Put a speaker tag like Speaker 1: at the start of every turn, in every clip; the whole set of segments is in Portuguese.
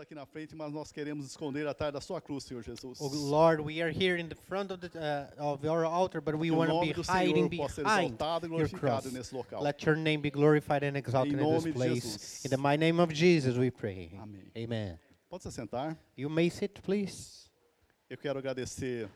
Speaker 1: aqui na frente, mas nós queremos esconder atrás da sua cruz, Senhor Jesus.
Speaker 2: Oh Lord, we are here in the front of the uh, of your altar, but we
Speaker 1: que o
Speaker 2: want to
Speaker 1: nome
Speaker 2: be
Speaker 1: do
Speaker 2: hiding
Speaker 1: Senhor possa ser
Speaker 2: behind
Speaker 1: exaltado e
Speaker 2: your
Speaker 1: glorificado
Speaker 2: cross.
Speaker 1: nesse local.
Speaker 2: Let your name be glorified and exalted
Speaker 1: Em
Speaker 2: in
Speaker 1: nome
Speaker 2: this
Speaker 1: de
Speaker 2: place.
Speaker 1: Jesus.
Speaker 2: In the mighty name of Jesus, we pray.
Speaker 1: Amém.
Speaker 2: Amen.
Speaker 1: Pode se sentar.
Speaker 2: You may sit, please.
Speaker 1: Eu quero agradecer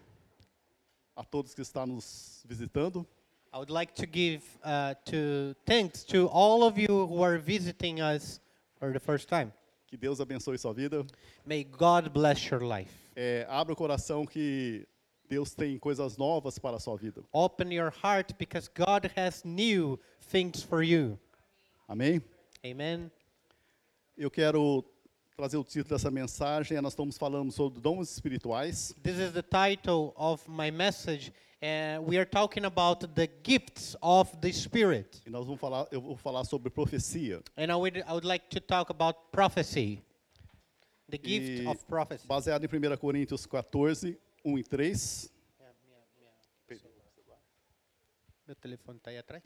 Speaker 1: a todos que estão nos visitando.
Speaker 2: I would like to give uh, to thanks to all of you who are visiting us for the first time.
Speaker 1: Que Deus abençoe sua vida.
Speaker 2: May God bless your life.
Speaker 1: É, abra o coração que Deus tem coisas novas para a sua vida.
Speaker 2: Open your heart because God has new things for you.
Speaker 1: Amém?
Speaker 2: Amen.
Speaker 1: Eu quero trazer o título dessa mensagem. Nós estamos falando sobre dons espirituais.
Speaker 2: This is the title of my message. Uh, we are talking about the gifts of the Spirit.
Speaker 1: E nós vamos falar, eu vou falar sobre profecia.
Speaker 2: And I would, I would like to talk about prophecy. The gift
Speaker 1: E
Speaker 2: of prophecy.
Speaker 1: Baseado em 1 Coríntios 14, 1 e 3.
Speaker 2: Meu telefone tá aí atrás.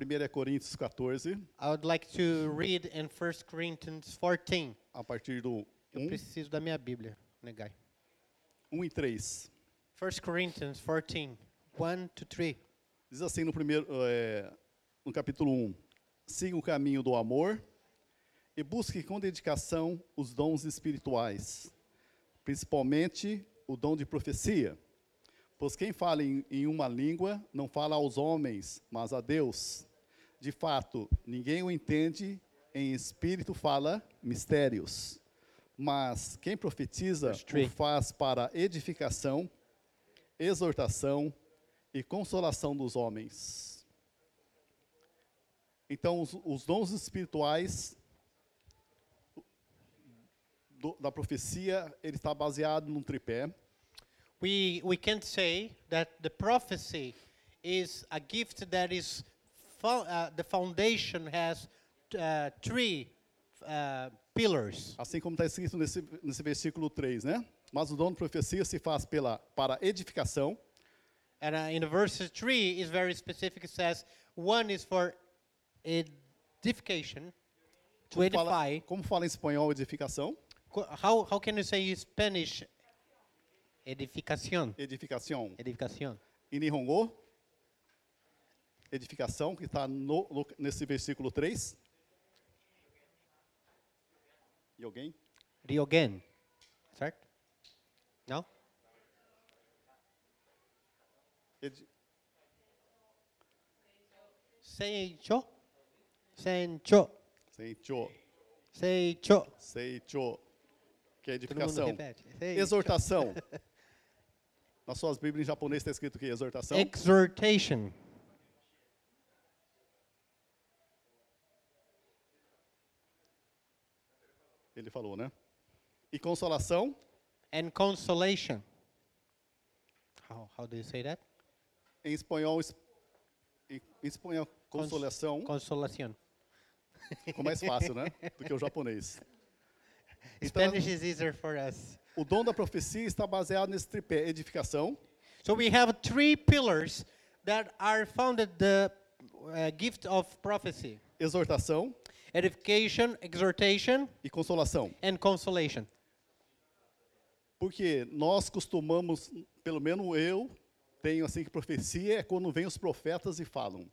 Speaker 1: 1 Coríntios 14,
Speaker 2: I would like to read in 1 Corinthians 14.
Speaker 1: a partir do
Speaker 2: Eu
Speaker 1: 1,
Speaker 2: preciso da minha Bíblia, negai.
Speaker 1: 1 e 3.
Speaker 2: 1 Corinthians 14, 1 to 3.
Speaker 1: Diz assim no primeiro, eh, no capítulo 1: Siga o caminho do amor e busque com dedicação os dons espirituais, principalmente o dom de profecia. Pois quem fala em, em uma língua não fala aos homens, mas a Deus. De fato, ninguém o entende, em espírito fala mistérios. Mas quem profetiza
Speaker 2: Verse three.
Speaker 1: o faz para edificação, exortação e consolação dos homens. Então, os, os dons espirituais do, da profecia, ele está baseado num tripé.
Speaker 2: We, we can say that the prophecy is a gift that is, fo- uh, the foundation has uh, three uh, pillars.
Speaker 1: Assim como está escrito nesse, nesse versículo 3, né? Mas o dom de profecia se faz pela, para edificação,
Speaker 2: And uh, in verse 3 is very specific. It says one is for edification, to
Speaker 1: como fala,
Speaker 2: edify.
Speaker 1: como fala em espanhol edificação,
Speaker 2: Co- How, how can you say in Spanish edificación?
Speaker 1: edificação,
Speaker 2: Edificación.
Speaker 1: em Nihongo, edificação, que está no, no, nesse versículo 3. E alguém?
Speaker 2: Ryogen. Certo? Não?
Speaker 1: Edi-
Speaker 2: Seicho. Sencho.
Speaker 1: Seicho,
Speaker 2: Seicho.
Speaker 1: seicho, que é
Speaker 2: Todo mundo
Speaker 1: edificação.
Speaker 2: repete. Sei-
Speaker 1: Exortação. Nas suas Bíblias em japonês está escrito o quê? Exortação?
Speaker 2: Exhortation.
Speaker 1: Ele falou, né? E consolação?
Speaker 2: And consolation. How, how do you say that?
Speaker 1: Em espanhol, es- em em espanhol
Speaker 2: Cons-
Speaker 1: consolação
Speaker 2: Consolación.
Speaker 1: ficou mais fácil, né? Do que o japonês. Então,
Speaker 2: Spanish is easier for us.
Speaker 1: o dom da profecia está baseado nesse tripé: edificação,
Speaker 2: So we have three pillars that are founded the uh, gift of prophecy,
Speaker 1: exortação
Speaker 2: edification, exhortation,
Speaker 1: e consolação.
Speaker 2: and consolation.
Speaker 1: Porque nós costumamos, pelo menos eu, tenho assim que profecia é quando vem os profetas e falam.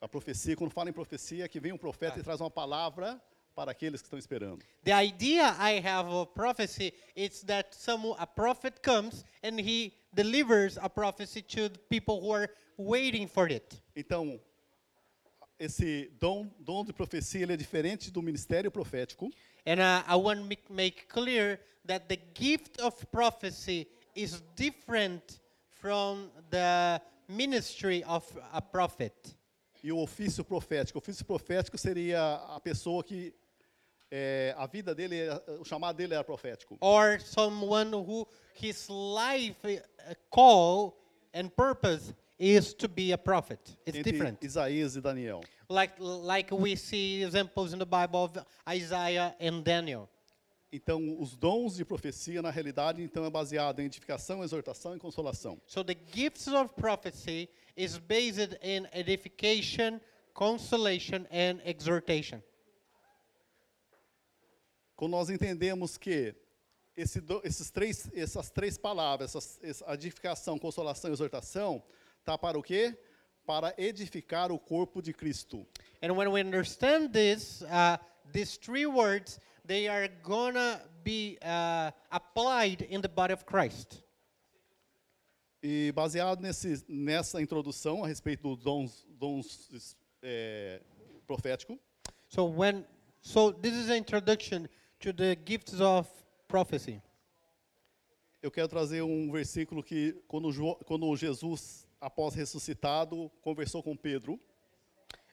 Speaker 1: A profecia, quando fala em profecia, é que vem um profeta e
Speaker 2: Ah.
Speaker 1: traz uma palavra para aqueles que estão esperando.
Speaker 2: The idea I have of prophecy is that some a prophet comes and he delivers a prophecy to the people who are waiting for it.
Speaker 1: Então, esse dom, dom de profecia ele é diferente do ministério profético,
Speaker 2: And uh, I want to make, make clear that the gift of prophecy is different from the ministry of a prophet.
Speaker 1: e o ofício profético. O ofício profético seria a pessoa que eh, a vida dele, era- o chamado dele era profético.
Speaker 2: or someone who his life uh, call and purpose is to be a prophet. It's
Speaker 1: entre
Speaker 2: different.
Speaker 1: Isaías e Daniel.
Speaker 2: Like like we see examples in the Bible of Isaiah and Daniel.
Speaker 1: Então, os dons de profecia, na realidade, então é baseado em edificação, exortação e consolação.
Speaker 2: So the gifts of prophecy is based in edification, consolation and exhortation.
Speaker 1: Quando nós entendemos que esse do- esses três, essas três palavras, essas, essa edificação, consolação e exortação, está para o quê? Para edificar o corpo de Cristo.
Speaker 2: And when we understand this, uh, these three words, they are gonna be uh, applied in the body of Christ.
Speaker 1: E baseado nesse, nessa introdução a respeito dos dons, dons es- é, profético,
Speaker 2: So when, so this is an introduction to the gifts of prophecy.
Speaker 1: eu quero trazer um versículo que quando, Jo- quando Jesus, após ressuscitado, conversou com Pedro,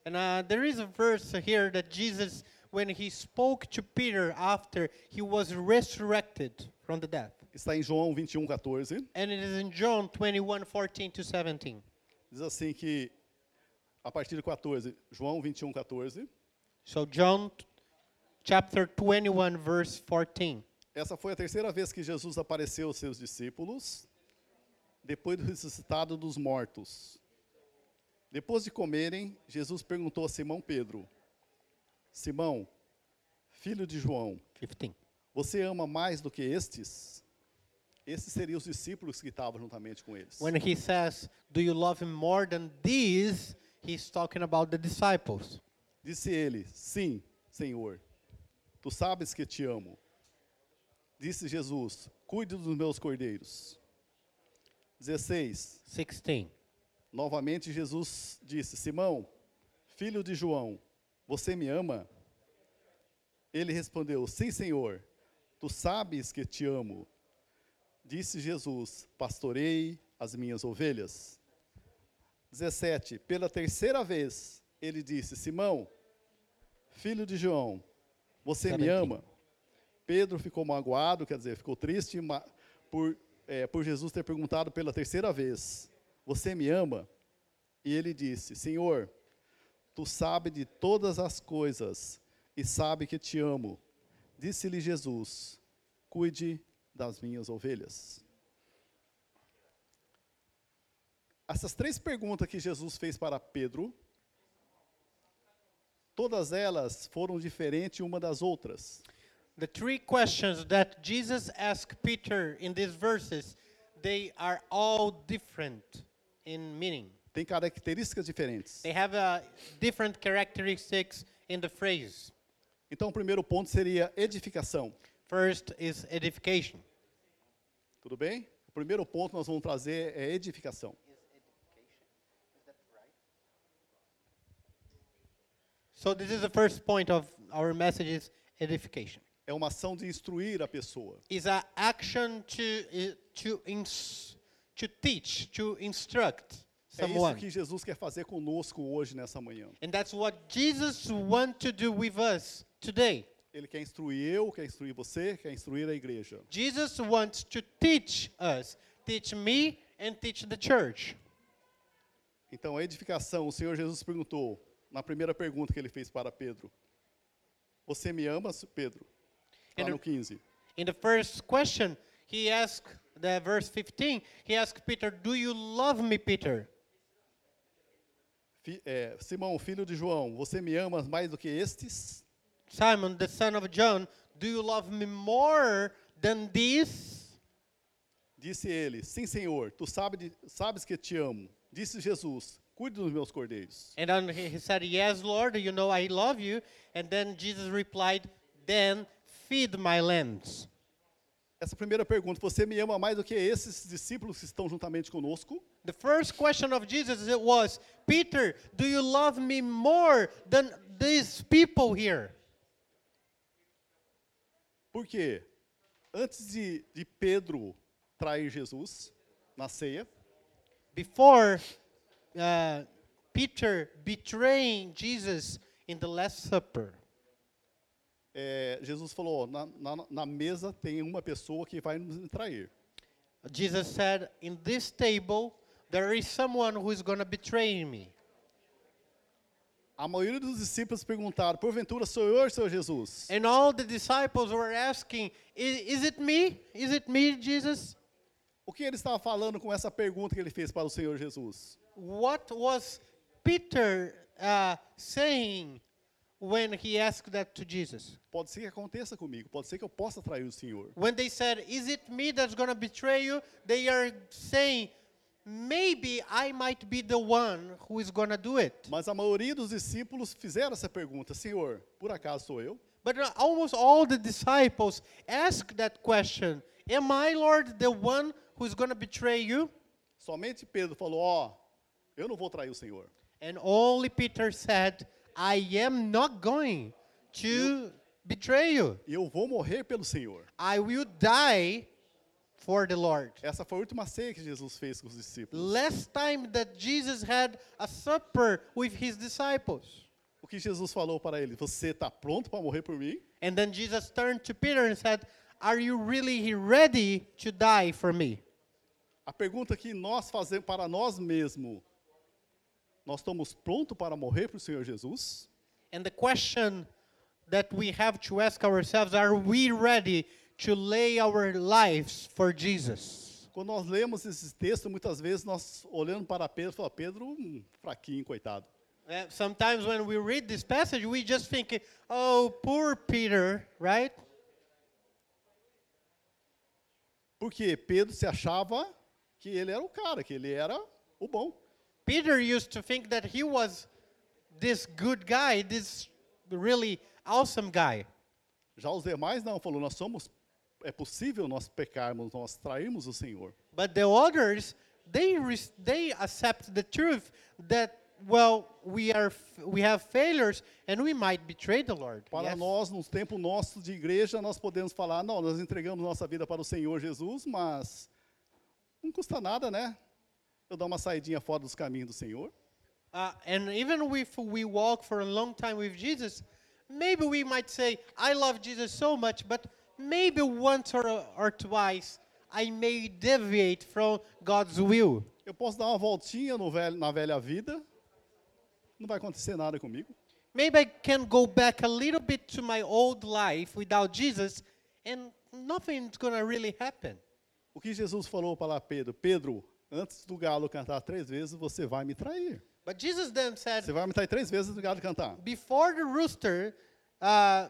Speaker 2: And uh, there is a verse here that Jesus, when he spoke to Peter after he was resurrected from the death,
Speaker 1: está em João 21, 14.
Speaker 2: and it is in John 21 14 to 17.
Speaker 1: Diz assim que, a partir de 14, João 21, 14,
Speaker 2: So John t- chapter 21 verse 14.
Speaker 1: essa foi a terceira vez que Jesus apareceu aos seus discípulos, depois do ressuscitado dos mortos. Depois de comerem, Jesus perguntou a Simão Pedro: Simão, filho de João,
Speaker 2: 15.
Speaker 1: você ama mais do que estes? Esses seriam os discípulos que estavam juntamente com eles.
Speaker 2: When he says, Do you love him more than these? He's talking about the disciples.
Speaker 1: Disse ele: Sim, Senhor, tu sabes que te amo. Disse Jesus: Cuide dos meus cordeiros. 16.
Speaker 2: 16.
Speaker 1: Novamente Jesus disse: Simão, filho de João, você me ama? Ele respondeu: Sim, Senhor, tu sabes que te amo. Disse Jesus: Pastorei as minhas ovelhas. 17. Pela terceira vez ele disse: Simão, filho de João, você me
Speaker 2: 17.
Speaker 1: ama? Pedro ficou magoado, quer dizer, ficou triste ma- por, eh, por Jesus ter perguntado pela terceira vez: Você me ama? E ele disse: Senhor, tu sabe de todas as coisas e sabe que te amo. Disse-lhe Jesus: Cuide das minhas ovelhas. Essas três perguntas que Jesus fez para Pedro, todas elas foram diferentes uma das outras.
Speaker 2: The three questions that Jesus asked Peter in these verses, they are all different in meaning.
Speaker 1: Tem características diferentes.
Speaker 2: They have uh, different characteristics in the phrase.
Speaker 1: Então, o primeiro ponto seria edificação.
Speaker 2: First is edification.
Speaker 1: Tudo bem? O primeiro ponto nós vamos trazer é edificação.
Speaker 2: So this is the first point of our message is edification.
Speaker 1: É uma ação de instruir a pessoa.
Speaker 2: is an action to uh, to ins- to teach, to instruct
Speaker 1: É isso
Speaker 2: someone.
Speaker 1: que Jesus quer fazer conosco hoje nessa manhã.
Speaker 2: And that's what Jesus wants to do with us today.
Speaker 1: Ele quer instruir eu, quer instruir você, quer instruir a igreja.
Speaker 2: Jesus wants to teach us, teach me and teach the church.
Speaker 1: Então, a edificação, o Senhor Jesus perguntou na primeira pergunta que ele fez para Pedro: Você me ama, Pedro? Lá
Speaker 2: Ele-
Speaker 1: no 15.
Speaker 2: In the first question, he asked the verse 15, he asked Peter, "Do you love me, Peter?"
Speaker 1: Fi- é, Simão, filho de João, você me ama mais do que estes?
Speaker 2: Simon, the son of John, "Do you love me more than these?"
Speaker 1: Disse ele: Sim, Senhor, tu sabe de- sabes que te amo. Disse Jesus: Cuide dos meus cordeiros.
Speaker 2: And then he he said, Yes, Lord, you know I love you. And then Jesus replied, Then feed my lambs.
Speaker 1: Essa primeira pergunta: Você me ama mais do que esses discípulos que estão juntamente conosco?
Speaker 2: The first question of Jesus it was, Peter, do you love me more than these people here?
Speaker 1: Porque antes de, de Pedro trair Jesus na ceia,
Speaker 2: Before uh, Peter betraying Jesus in the Last Supper,
Speaker 1: é, Jesus falou: ó, na, na, na mesa tem uma pessoa que vai nos trair.
Speaker 2: Jesus said, In this table, there is someone who is going to betray me.
Speaker 1: A maioria dos discípulos perguntaram: Porventura sou eu, Senhor Jesus?
Speaker 2: And all the disciples were asking, "I- Is it me? Is it me, Jesus?
Speaker 1: O que ele estava falando com essa pergunta que ele fez para o Senhor Jesus?
Speaker 2: What was Peter uh, saying when he asked that to Jesus.
Speaker 1: Pode ser que aconteça comigo, pode ser que eu possa trair o Senhor.
Speaker 2: When they said, Is it me that's going to betray you? They are saying, Maybe I might be the one who is going to do it.
Speaker 1: Mas a maioria dos discípulos fizeram essa pergunta: Senhor, por acaso sou eu?
Speaker 2: But uh, almost all the disciples asked that question Am I, Lord, the one who is going to betray you?
Speaker 1: Somente Pedro falou: Ó, eu não vou trair o Senhor.
Speaker 2: And only Peter said, I am not going to betray you.
Speaker 1: E eu vou morrer pelo Senhor.
Speaker 2: I will die for the Lord.
Speaker 1: Essa foi a última ceia que Jesus fez com os discípulos.
Speaker 2: Last time that Jesus had a supper with his disciples.
Speaker 1: O que Jesus falou para ele? Você está pronto para morrer por mim?
Speaker 2: And then Jesus turned to Peter and said, Are you really ready to die for me?
Speaker 1: A pergunta que nós fazemos para nós mesmos: Nós estamos prontos para morrer para o Senhor Jesus?
Speaker 2: And the question that we have to ask ourselves are we ready to lay our lives for Jesus?
Speaker 1: Quando nós lemos esses textos, muitas vezes nós olhando para Pedro, falamos, Pedro, hum, fraquinho, coitado.
Speaker 2: Uh, sometimes when we read this passage, we just think, oh, poor Peter, right?
Speaker 1: Porque Pedro se achava que ele era o cara, que ele era o bom.
Speaker 2: Peter used to think that he was this good guy, this really awesome guy.
Speaker 1: Já os demais não, falou, nós somos, é possível nós pecarmos, nós trairmos o Senhor.
Speaker 2: But the others, they res- they accept the truth that well, we are f- we have failures and we might betray the Lord.
Speaker 1: Para
Speaker 2: Yes.
Speaker 1: nós, no tempo nosso de igreja, nós podemos falar, não, nós entregamos nossa vida para o Senhor Jesus, mas não custa nada, né? Eu dar uma saidinha fora dos caminhos do Senhor.
Speaker 2: Uh, and even if we walk for a long time with Jesus, maybe we might say, I love Jesus so much, but maybe once or, or twice I may deviate from God's will.
Speaker 1: Eu posso dar uma voltinha no velho- na velha vida, não vai acontecer nada comigo.
Speaker 2: Maybe I can go back a little bit to my old life without Jesus, and nothing's going to really happen.
Speaker 1: O que Jesus falou para Pedro? Pedro, antes do galo cantar três vezes, você vai me trair.
Speaker 2: But Jesus then said,
Speaker 1: Você vai me trair três vezes antes do galo cantar.
Speaker 2: before the rooster uh,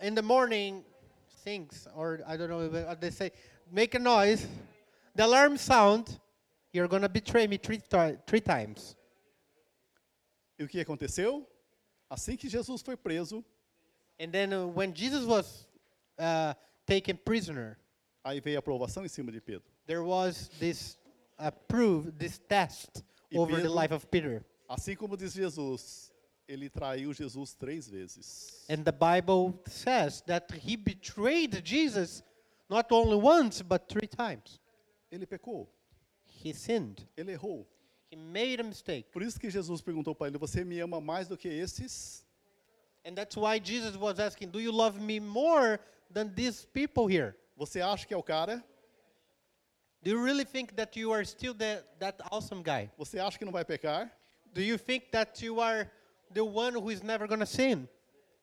Speaker 2: in the morning sings, or I don't know what they say, make a noise, the alarm sound, you're going to betray me three, ti- three times.
Speaker 1: E o que aconteceu? Assim que Jesus foi preso,
Speaker 2: And then uh, when Jesus was uh, taken prisoner,
Speaker 1: aí veio a provação em cima de Pedro.
Speaker 2: there was this uh, proof, this test
Speaker 1: E
Speaker 2: over the
Speaker 1: Pedro-
Speaker 2: life of Peter.
Speaker 1: Assim como diz Jesus, ele traiu Jesus três vezes.
Speaker 2: And the Bible says that he betrayed Jesus not only once, but three times.
Speaker 1: Ele pecou,
Speaker 2: He sinned.
Speaker 1: ele errou.
Speaker 2: He made a mistake.
Speaker 1: Por isso que Jesus perguntou para ele: Você me ama mais do que esses?
Speaker 2: And that's why Jesus was asking, Do you love me more than these people here?
Speaker 1: Você acha que é o cara?
Speaker 2: Do you really think that you are still the, that awesome guy?
Speaker 1: Você acha que não vai pecar?
Speaker 2: Do you think that you are the one who is never going to sin?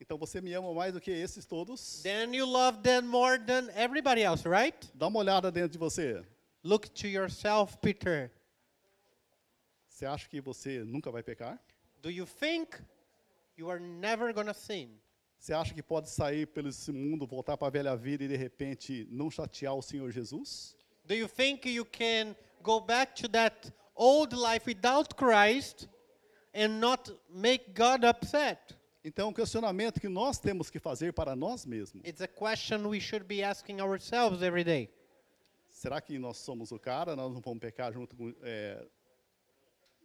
Speaker 1: Então você me ama mais do que esses todos?
Speaker 2: Then you love them more than everybody else, right?
Speaker 1: Dá uma olhada dentro de você.
Speaker 2: Look to yourself, Peter.
Speaker 1: Você acha que você nunca vai pecar?
Speaker 2: Do you think you are never going to sin?
Speaker 1: Você acha que pode sair pelo esse mundo, voltar para a velha vida e de repente não chatear o Senhor Jesus?
Speaker 2: Do you think you can go back to that old life without Christ and not make God upset?
Speaker 1: Então, o questionamento que nós temos que fazer para nós mesmos.
Speaker 2: It's a question we should be asking ourselves every day.
Speaker 1: Será que nós somos o cara? Nós não vamos pecar junto com, é,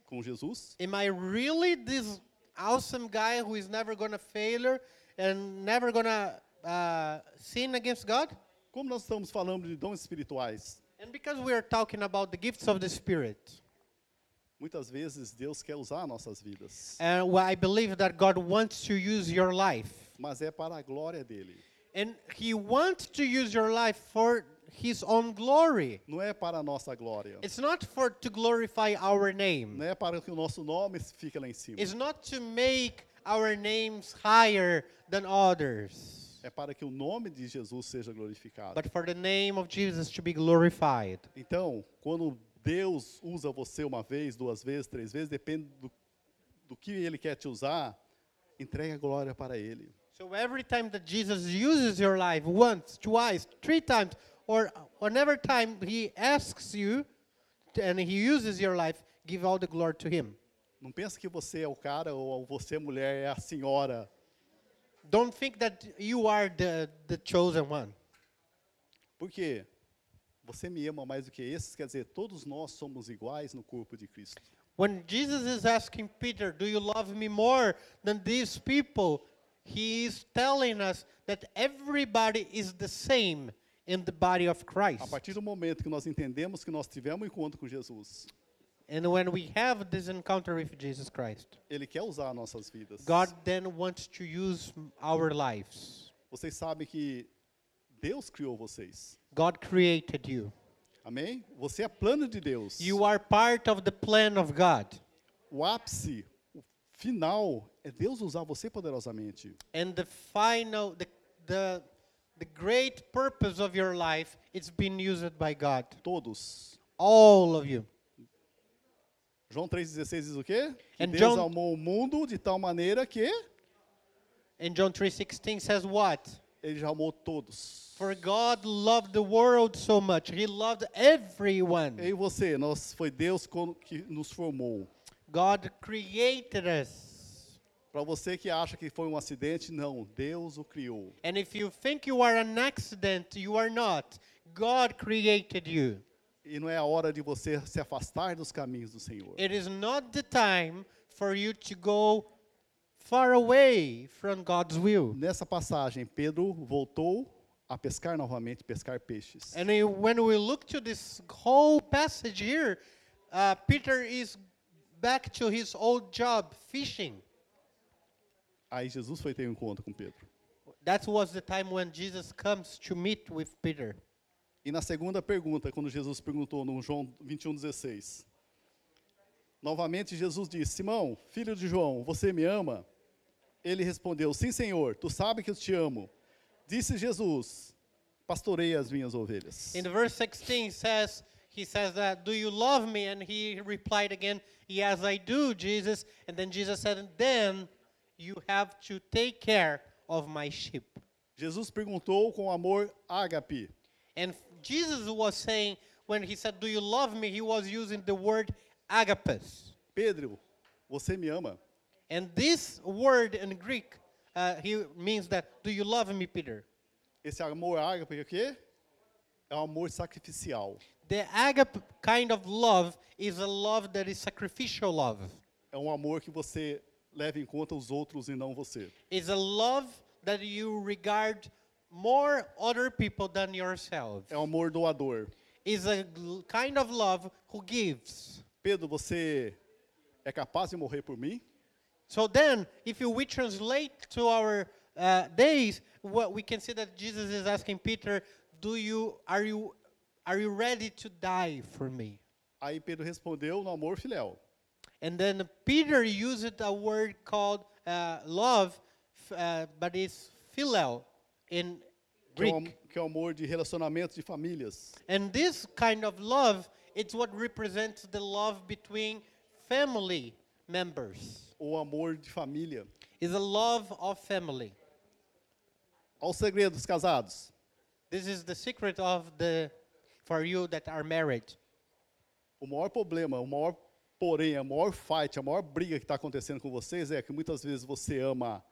Speaker 1: com Jesus?
Speaker 2: Am I really this awesome guy who is never gonna failure and never gonna uh, sin against God?
Speaker 1: Como nós estamos falando de dons espirituais,
Speaker 2: And because we are talking about the gifts of the Spirit,
Speaker 1: muitas vezes Deus quer usar nossas vidas,
Speaker 2: and wh- I believe that God wants to use your life,
Speaker 1: mas é para a glória dele.
Speaker 2: and He wants to use your life for His own glory.
Speaker 1: Não é para a nossa glória.
Speaker 2: It's not for to glorify our name.
Speaker 1: Não é para que o nosso nome fique lá em cima.
Speaker 2: It's not to make our names higher than others.
Speaker 1: É para que o nome de Jesus seja glorificado.
Speaker 2: but for the name of Jesus to be glorified.
Speaker 1: Então, quando Deus usa você uma vez, duas vezes, três vezes, depende do, do que Ele quer te usar, entregue a glória para Ele.
Speaker 2: So every time that Jesus uses your life, once, twice, three times, or whenever time he asks you t- and he uses your life, give all the glory to him.
Speaker 1: Não pensa que você é o cara ou você, mulher, é a senhora.
Speaker 2: Don't think that you are the, the chosen one.
Speaker 1: Por quê? Você me ama mais do que esses, quer dizer, todos nós somos iguais no corpo de Cristo.
Speaker 2: When Jesus is asking Peter, Do you love me more than these people? He is telling us that everybody is the same in the body of
Speaker 1: A
Speaker 2: Christ.
Speaker 1: partir do momento que nós entendemos que nós tivemos um encontro com Jesus,
Speaker 2: And when we have this encounter with Jesus Christ,
Speaker 1: Ele quer usar nossas vidas.
Speaker 2: God then wants to use our lives.
Speaker 1: Vocês sabem que Deus criou vocês.
Speaker 2: God created you.
Speaker 1: Amém? Você é plano de Deus.
Speaker 2: You are part of the plan of God.
Speaker 1: O ápice, o final, é Deus usar você poderosamente.
Speaker 2: And the final, the, the, the great purpose of your life, it's been used by God.
Speaker 1: Todos.
Speaker 2: All of you.
Speaker 1: João 3,16 diz o quê? Que
Speaker 2: And
Speaker 1: Deus
Speaker 2: John-
Speaker 1: amou o mundo de tal maneira que
Speaker 2: And John 3.16 says what?
Speaker 1: Ele já amou todos.
Speaker 2: For God loved the world so much. He loved
Speaker 1: Eu e
Speaker 2: everyone.
Speaker 1: você, nós, foi Deus co- que nos formou.
Speaker 2: God created us.
Speaker 1: Para você que acha que foi um acidente, não, Deus o criou.
Speaker 2: And if you think you are an accident, you are not. God created you.
Speaker 1: E não é a hora de você se afastar dos caminhos do Senhor.
Speaker 2: It is not the time for you to go far away from God's will.
Speaker 1: Nessa passagem, Pedro voltou a pescar novamente, pescar peixes.
Speaker 2: And uh, when we look to this whole passage here, uh, Peter is back to his old job, fishing.
Speaker 1: Aí Jesus foi ter um encontro com Pedro.
Speaker 2: That was the time when Jesus comes to meet with Peter.
Speaker 1: E na segunda pergunta, quando Jesus perguntou no João 21,16. Novamente Jesus disse: Simão, filho de João, você me ama? Ele respondeu: Sim, Senhor, tu sabe que eu te amo. Disse Jesus: Pastorei as minhas ovelhas.
Speaker 2: In verse 16 says, he says that, do you love me? And he replied again, yes, I do, Jesus. And then Jesus said, then you have to take care of my sheep.
Speaker 1: Jesus perguntou com amor ágape.
Speaker 2: And Jesus was saying, when he said, Do you love me? He was using the word agapes.
Speaker 1: Pedro, você me ama?
Speaker 2: And this word in Greek, uh, he means that, Do you love me, Peter?
Speaker 1: Esse amor ágape é o quê? É um amor sacrificial.
Speaker 2: The agape kind of love is a love that is sacrificial love.
Speaker 1: É um amor que você leva em conta os outros e não você.
Speaker 2: It's a love that you regard more other people than yourself.
Speaker 1: É um amor doador.
Speaker 2: It's a l- kind of love who gives.
Speaker 1: Pedro, você é capaz de morrer por mim?
Speaker 2: So then, if you- we translate to our uh, days, what we can see that Jesus is asking Peter, "Do you are you are you ready to die for me?"
Speaker 1: Aí Pedro respondeu no amor filial.
Speaker 2: And then Peter used a word called uh, love, f- uh, but it's philo in
Speaker 1: Que é, o,
Speaker 2: Greek.
Speaker 1: am- que é o amor de relacionamento de famílias.
Speaker 2: And this kind of love, it's what represents the love between family members.
Speaker 1: Ou amor de família.
Speaker 2: It's a love of family.
Speaker 1: Ao segredo dos casados.
Speaker 2: This is the secret of the for you that are married.
Speaker 1: O maior problema, o maior porém, a maior fight, a maior briga que está acontecendo com vocês é que muitas vezes você ama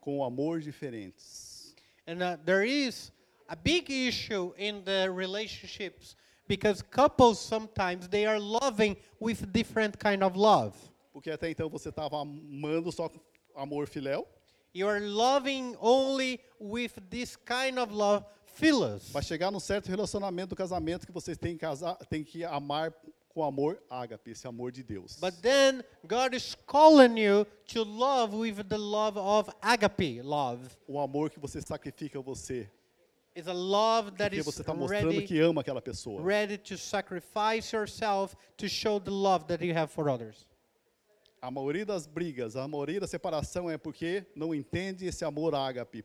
Speaker 1: com amor diferentes.
Speaker 2: And uh, there is a big issue in the relationships because couples sometimes they are loving with different kind of love.
Speaker 1: Porque até então você estava amando só com amor filial,
Speaker 2: You are loving only with this kind of love philos.
Speaker 1: vai chegar num certo relacionamento do casamento que vocês têm que, casar, têm que amar com amor ágape, esse amor de Deus.
Speaker 2: But then God is calling you to love with the love of agape love.
Speaker 1: o um amor que você sacrifica você,
Speaker 2: It's a love that
Speaker 1: porque
Speaker 2: is
Speaker 1: você está mostrando
Speaker 2: ready
Speaker 1: que ama aquela pessoa.
Speaker 2: ready to sacrifice yourself to show the love that you have for others.
Speaker 1: A maioria das brigas, a maioria da separação é porque não entende esse amor ágape.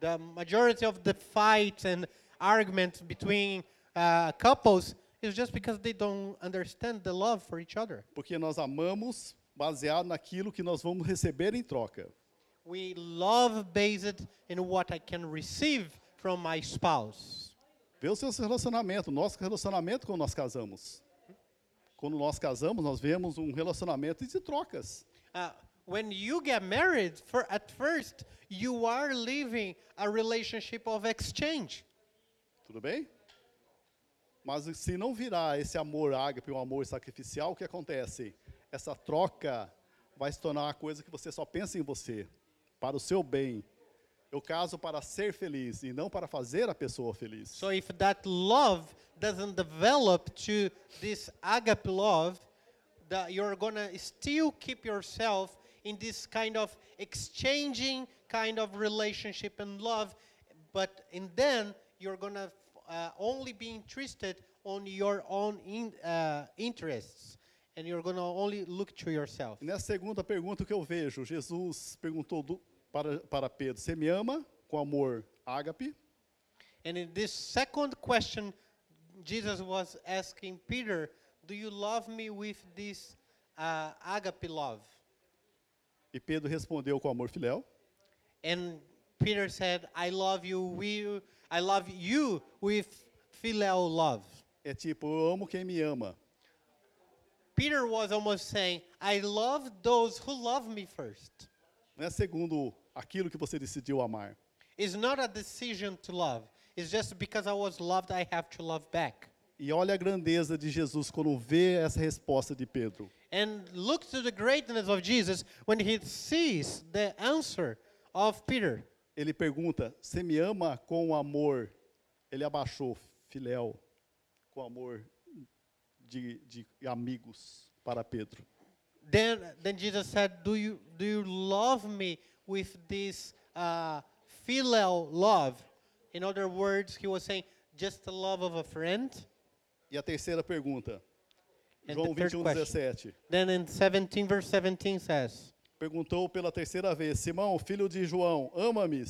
Speaker 2: The majority of the fights and arguments between uh, couples is just because they don't understand the love for each other.
Speaker 1: Porque nós amamos baseado naquilo que nós vamos receber em troca.
Speaker 2: We love based in what I can receive from my spouse.
Speaker 1: Vê o seu relacionamento, nosso relacionamento quando nós casamos. Quando nós casamos, nós vemos um relacionamento de trocas.
Speaker 2: Uh, when you get married, for at first you are living a relationship of exchange.
Speaker 1: Tudo bem? Mas se não virar esse amor ágape, um amor sacrificial, o que acontece? Essa troca vai se tornar uma coisa que você só pensa em você, para o seu bem. Eu caso para ser feliz e não para fazer a pessoa feliz.
Speaker 2: So if that love doesn't develop to this agape love, that you're gonna still keep yourself in this kind of exchanging kind of relationship and love, but and then you're gonna uh, only be interested on your own in, uh, interests, and you're gonna only look to yourself.
Speaker 1: E nessa segunda pergunta o que eu vejo, Jesus perguntou do- para, para Pedro: Você me ama com amor ágape?
Speaker 2: And in this second question, Jesus was asking Peter, Do you love me with this uh, agape love?
Speaker 1: E Pedro respondeu com amor filéu.
Speaker 2: And Peter said, I love you, we, I love you with filial love.
Speaker 1: É tipo, eu amo quem me ama.
Speaker 2: Peter was almost saying, I love those who love me first.
Speaker 1: Não é segundo aquilo que você decidiu amar.
Speaker 2: It's not a decision to love. It's just because I was loved, I have to love back.
Speaker 1: E olha a grandeza de Jesus quando vê essa resposta de Pedro.
Speaker 2: And look to the greatness of Jesus when he sees the answer of Peter.
Speaker 1: Ele pergunta: Você me ama com amor? Ele abaixou, filéu, com amor de, de amigos para Pedro.
Speaker 2: Then, then Jesus said, "Do you do you love me with this uh, filial love?" In other words, he was saying, "Just the love of a friend."
Speaker 1: E a terceira pergunta,
Speaker 2: And
Speaker 1: João
Speaker 2: the third
Speaker 1: 21,
Speaker 2: question.
Speaker 1: 17.
Speaker 2: Then in 17, verse 17 says,
Speaker 1: Perguntou pela terceira vez: Simão, filho de João, ama-me?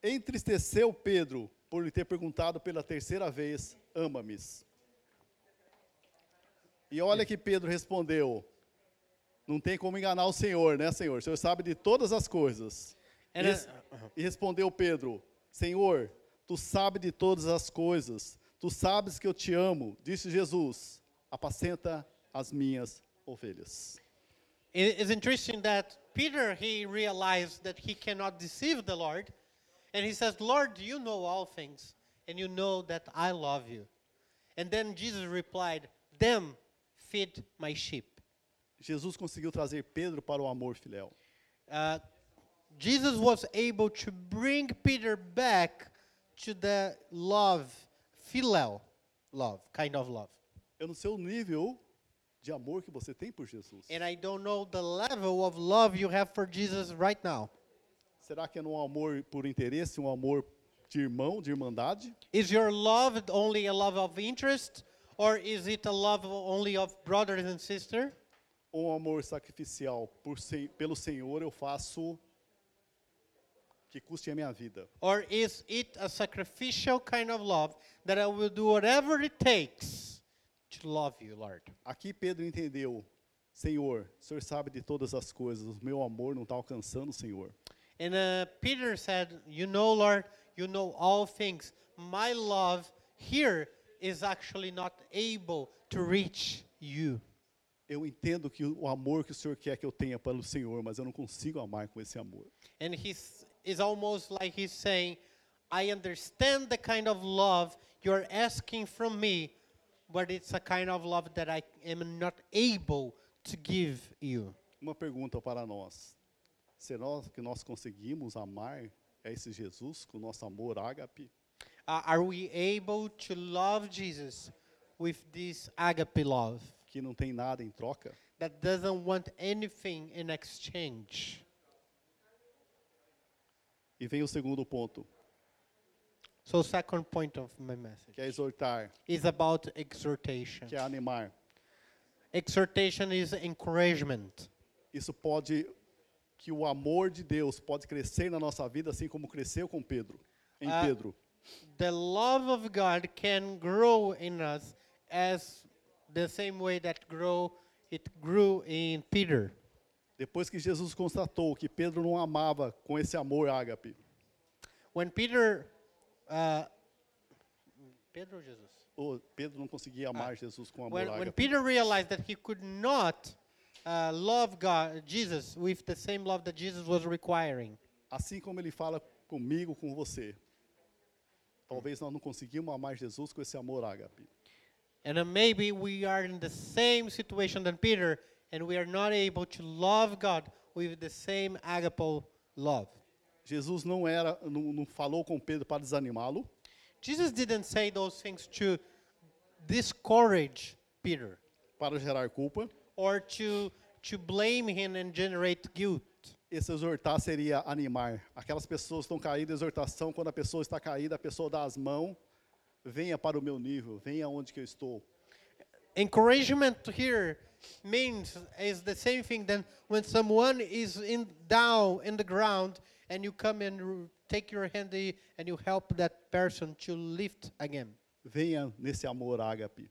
Speaker 1: Entristeceu Pedro por lhe ter perguntado pela terceira vez: Ama-me? E olha que Pedro respondeu: Não tem como enganar o Senhor, né, Senhor? O Senhor sabe de todas as coisas. E,
Speaker 2: Era-
Speaker 1: res- e respondeu Pedro: Senhor, tu sabes de todas as coisas. Tu sabes que eu te amo. Disse Jesus: Apacenta as minhas ovelhas.
Speaker 2: It is interesting that Peter he realized that he cannot deceive the Lord, and he says, "Lord, you know all things, and you know that I love you." And then Jesus replied, "Them feed my sheep."
Speaker 1: Jesus conseguiu trazer Pedro para o amor filéu.
Speaker 2: uh, Jesus was able to bring Peter back to the love, filial love, kind of love.
Speaker 1: Eu não sei o nível de amor que você tem por Jesus.
Speaker 2: And I don't know the level of love you have for Jesus right now.
Speaker 1: Será que é um amor por interesse, um amor de irmão, de irmandade?
Speaker 2: Is your love only a love of interest, or is it a love only of brothers and sister?
Speaker 1: Ou um amor sacrificial? Por sen- pelo Senhor eu faço que custe a minha vida.
Speaker 2: Or is it a sacrificial kind of love that I will do whatever it takes to love you, Lord?
Speaker 1: Aqui Pedro entendeu. Senhor, o Senhor sabe de todas as coisas. O meu amor não está alcançando o Senhor.
Speaker 2: And uh, Peter said, You know, Lord, you know all things. My love here is actually not able to reach you.
Speaker 1: Eu entendo que o amor que o Senhor quer que eu tenha pelo Senhor, mas eu não consigo amar com esse amor.
Speaker 2: And he is almost like he's saying, I understand the kind of love you're asking from me, but it's a kind of love that I am not able to give you.
Speaker 1: Uma pergunta para nós. Será que nós conseguimos amar a esse Jesus com o nosso amor ágape?
Speaker 2: Uh, are we able to love Jesus with this agape love
Speaker 1: Que não tem nada em troca?
Speaker 2: that doesn't want anything in exchange?
Speaker 1: E vem o segundo ponto,
Speaker 2: So second point of my message
Speaker 1: que é exortar,
Speaker 2: is about exhortation.
Speaker 1: que é animar.
Speaker 2: Exhortation is encouragement.
Speaker 1: Isso pode que o amor de Deus pode crescer na nossa vida assim como cresceu com Pedro, em
Speaker 2: Ah.
Speaker 1: Pedro.
Speaker 2: The love of God can grow in us as the same way that grow it grew in Peter.
Speaker 1: Depois que Jesus constatou que Pedro não amava com esse amor ágape,
Speaker 2: When Peter, uh, Pedro or Jesus,
Speaker 1: ou Pedro não conseguia amar Jesus com amor
Speaker 2: Ah. when, when
Speaker 1: ágape,
Speaker 2: Peter realized that he could not uh, love God, Jesus, with the same love that Jesus was requiring,
Speaker 1: assim como ele fala comigo, com você. Talvez nós não conseguimos amar Jesus com esse amor ágape.
Speaker 2: and then maybe we are in the same situation than Peter, and we are not able to love God with the same agape love.
Speaker 1: Jesus não era, não, não falou com Pedro para desanimá-lo,
Speaker 2: Jesus didn't say those things to discourage Peter
Speaker 1: para gerar culpa.
Speaker 2: or to to blame him and generate guilt.
Speaker 1: Esse exortar seria animar. Aquelas pessoas estão caídas, exortação, quando a pessoa está caída, a pessoa dá as mãos, venha para o meu nível, venha onde que eu estou.
Speaker 2: Encouragement here means is the same thing than when someone is in down in the ground and you come and r- take your hand i- and you help that person to lift again.
Speaker 1: Venha nesse amor ágape.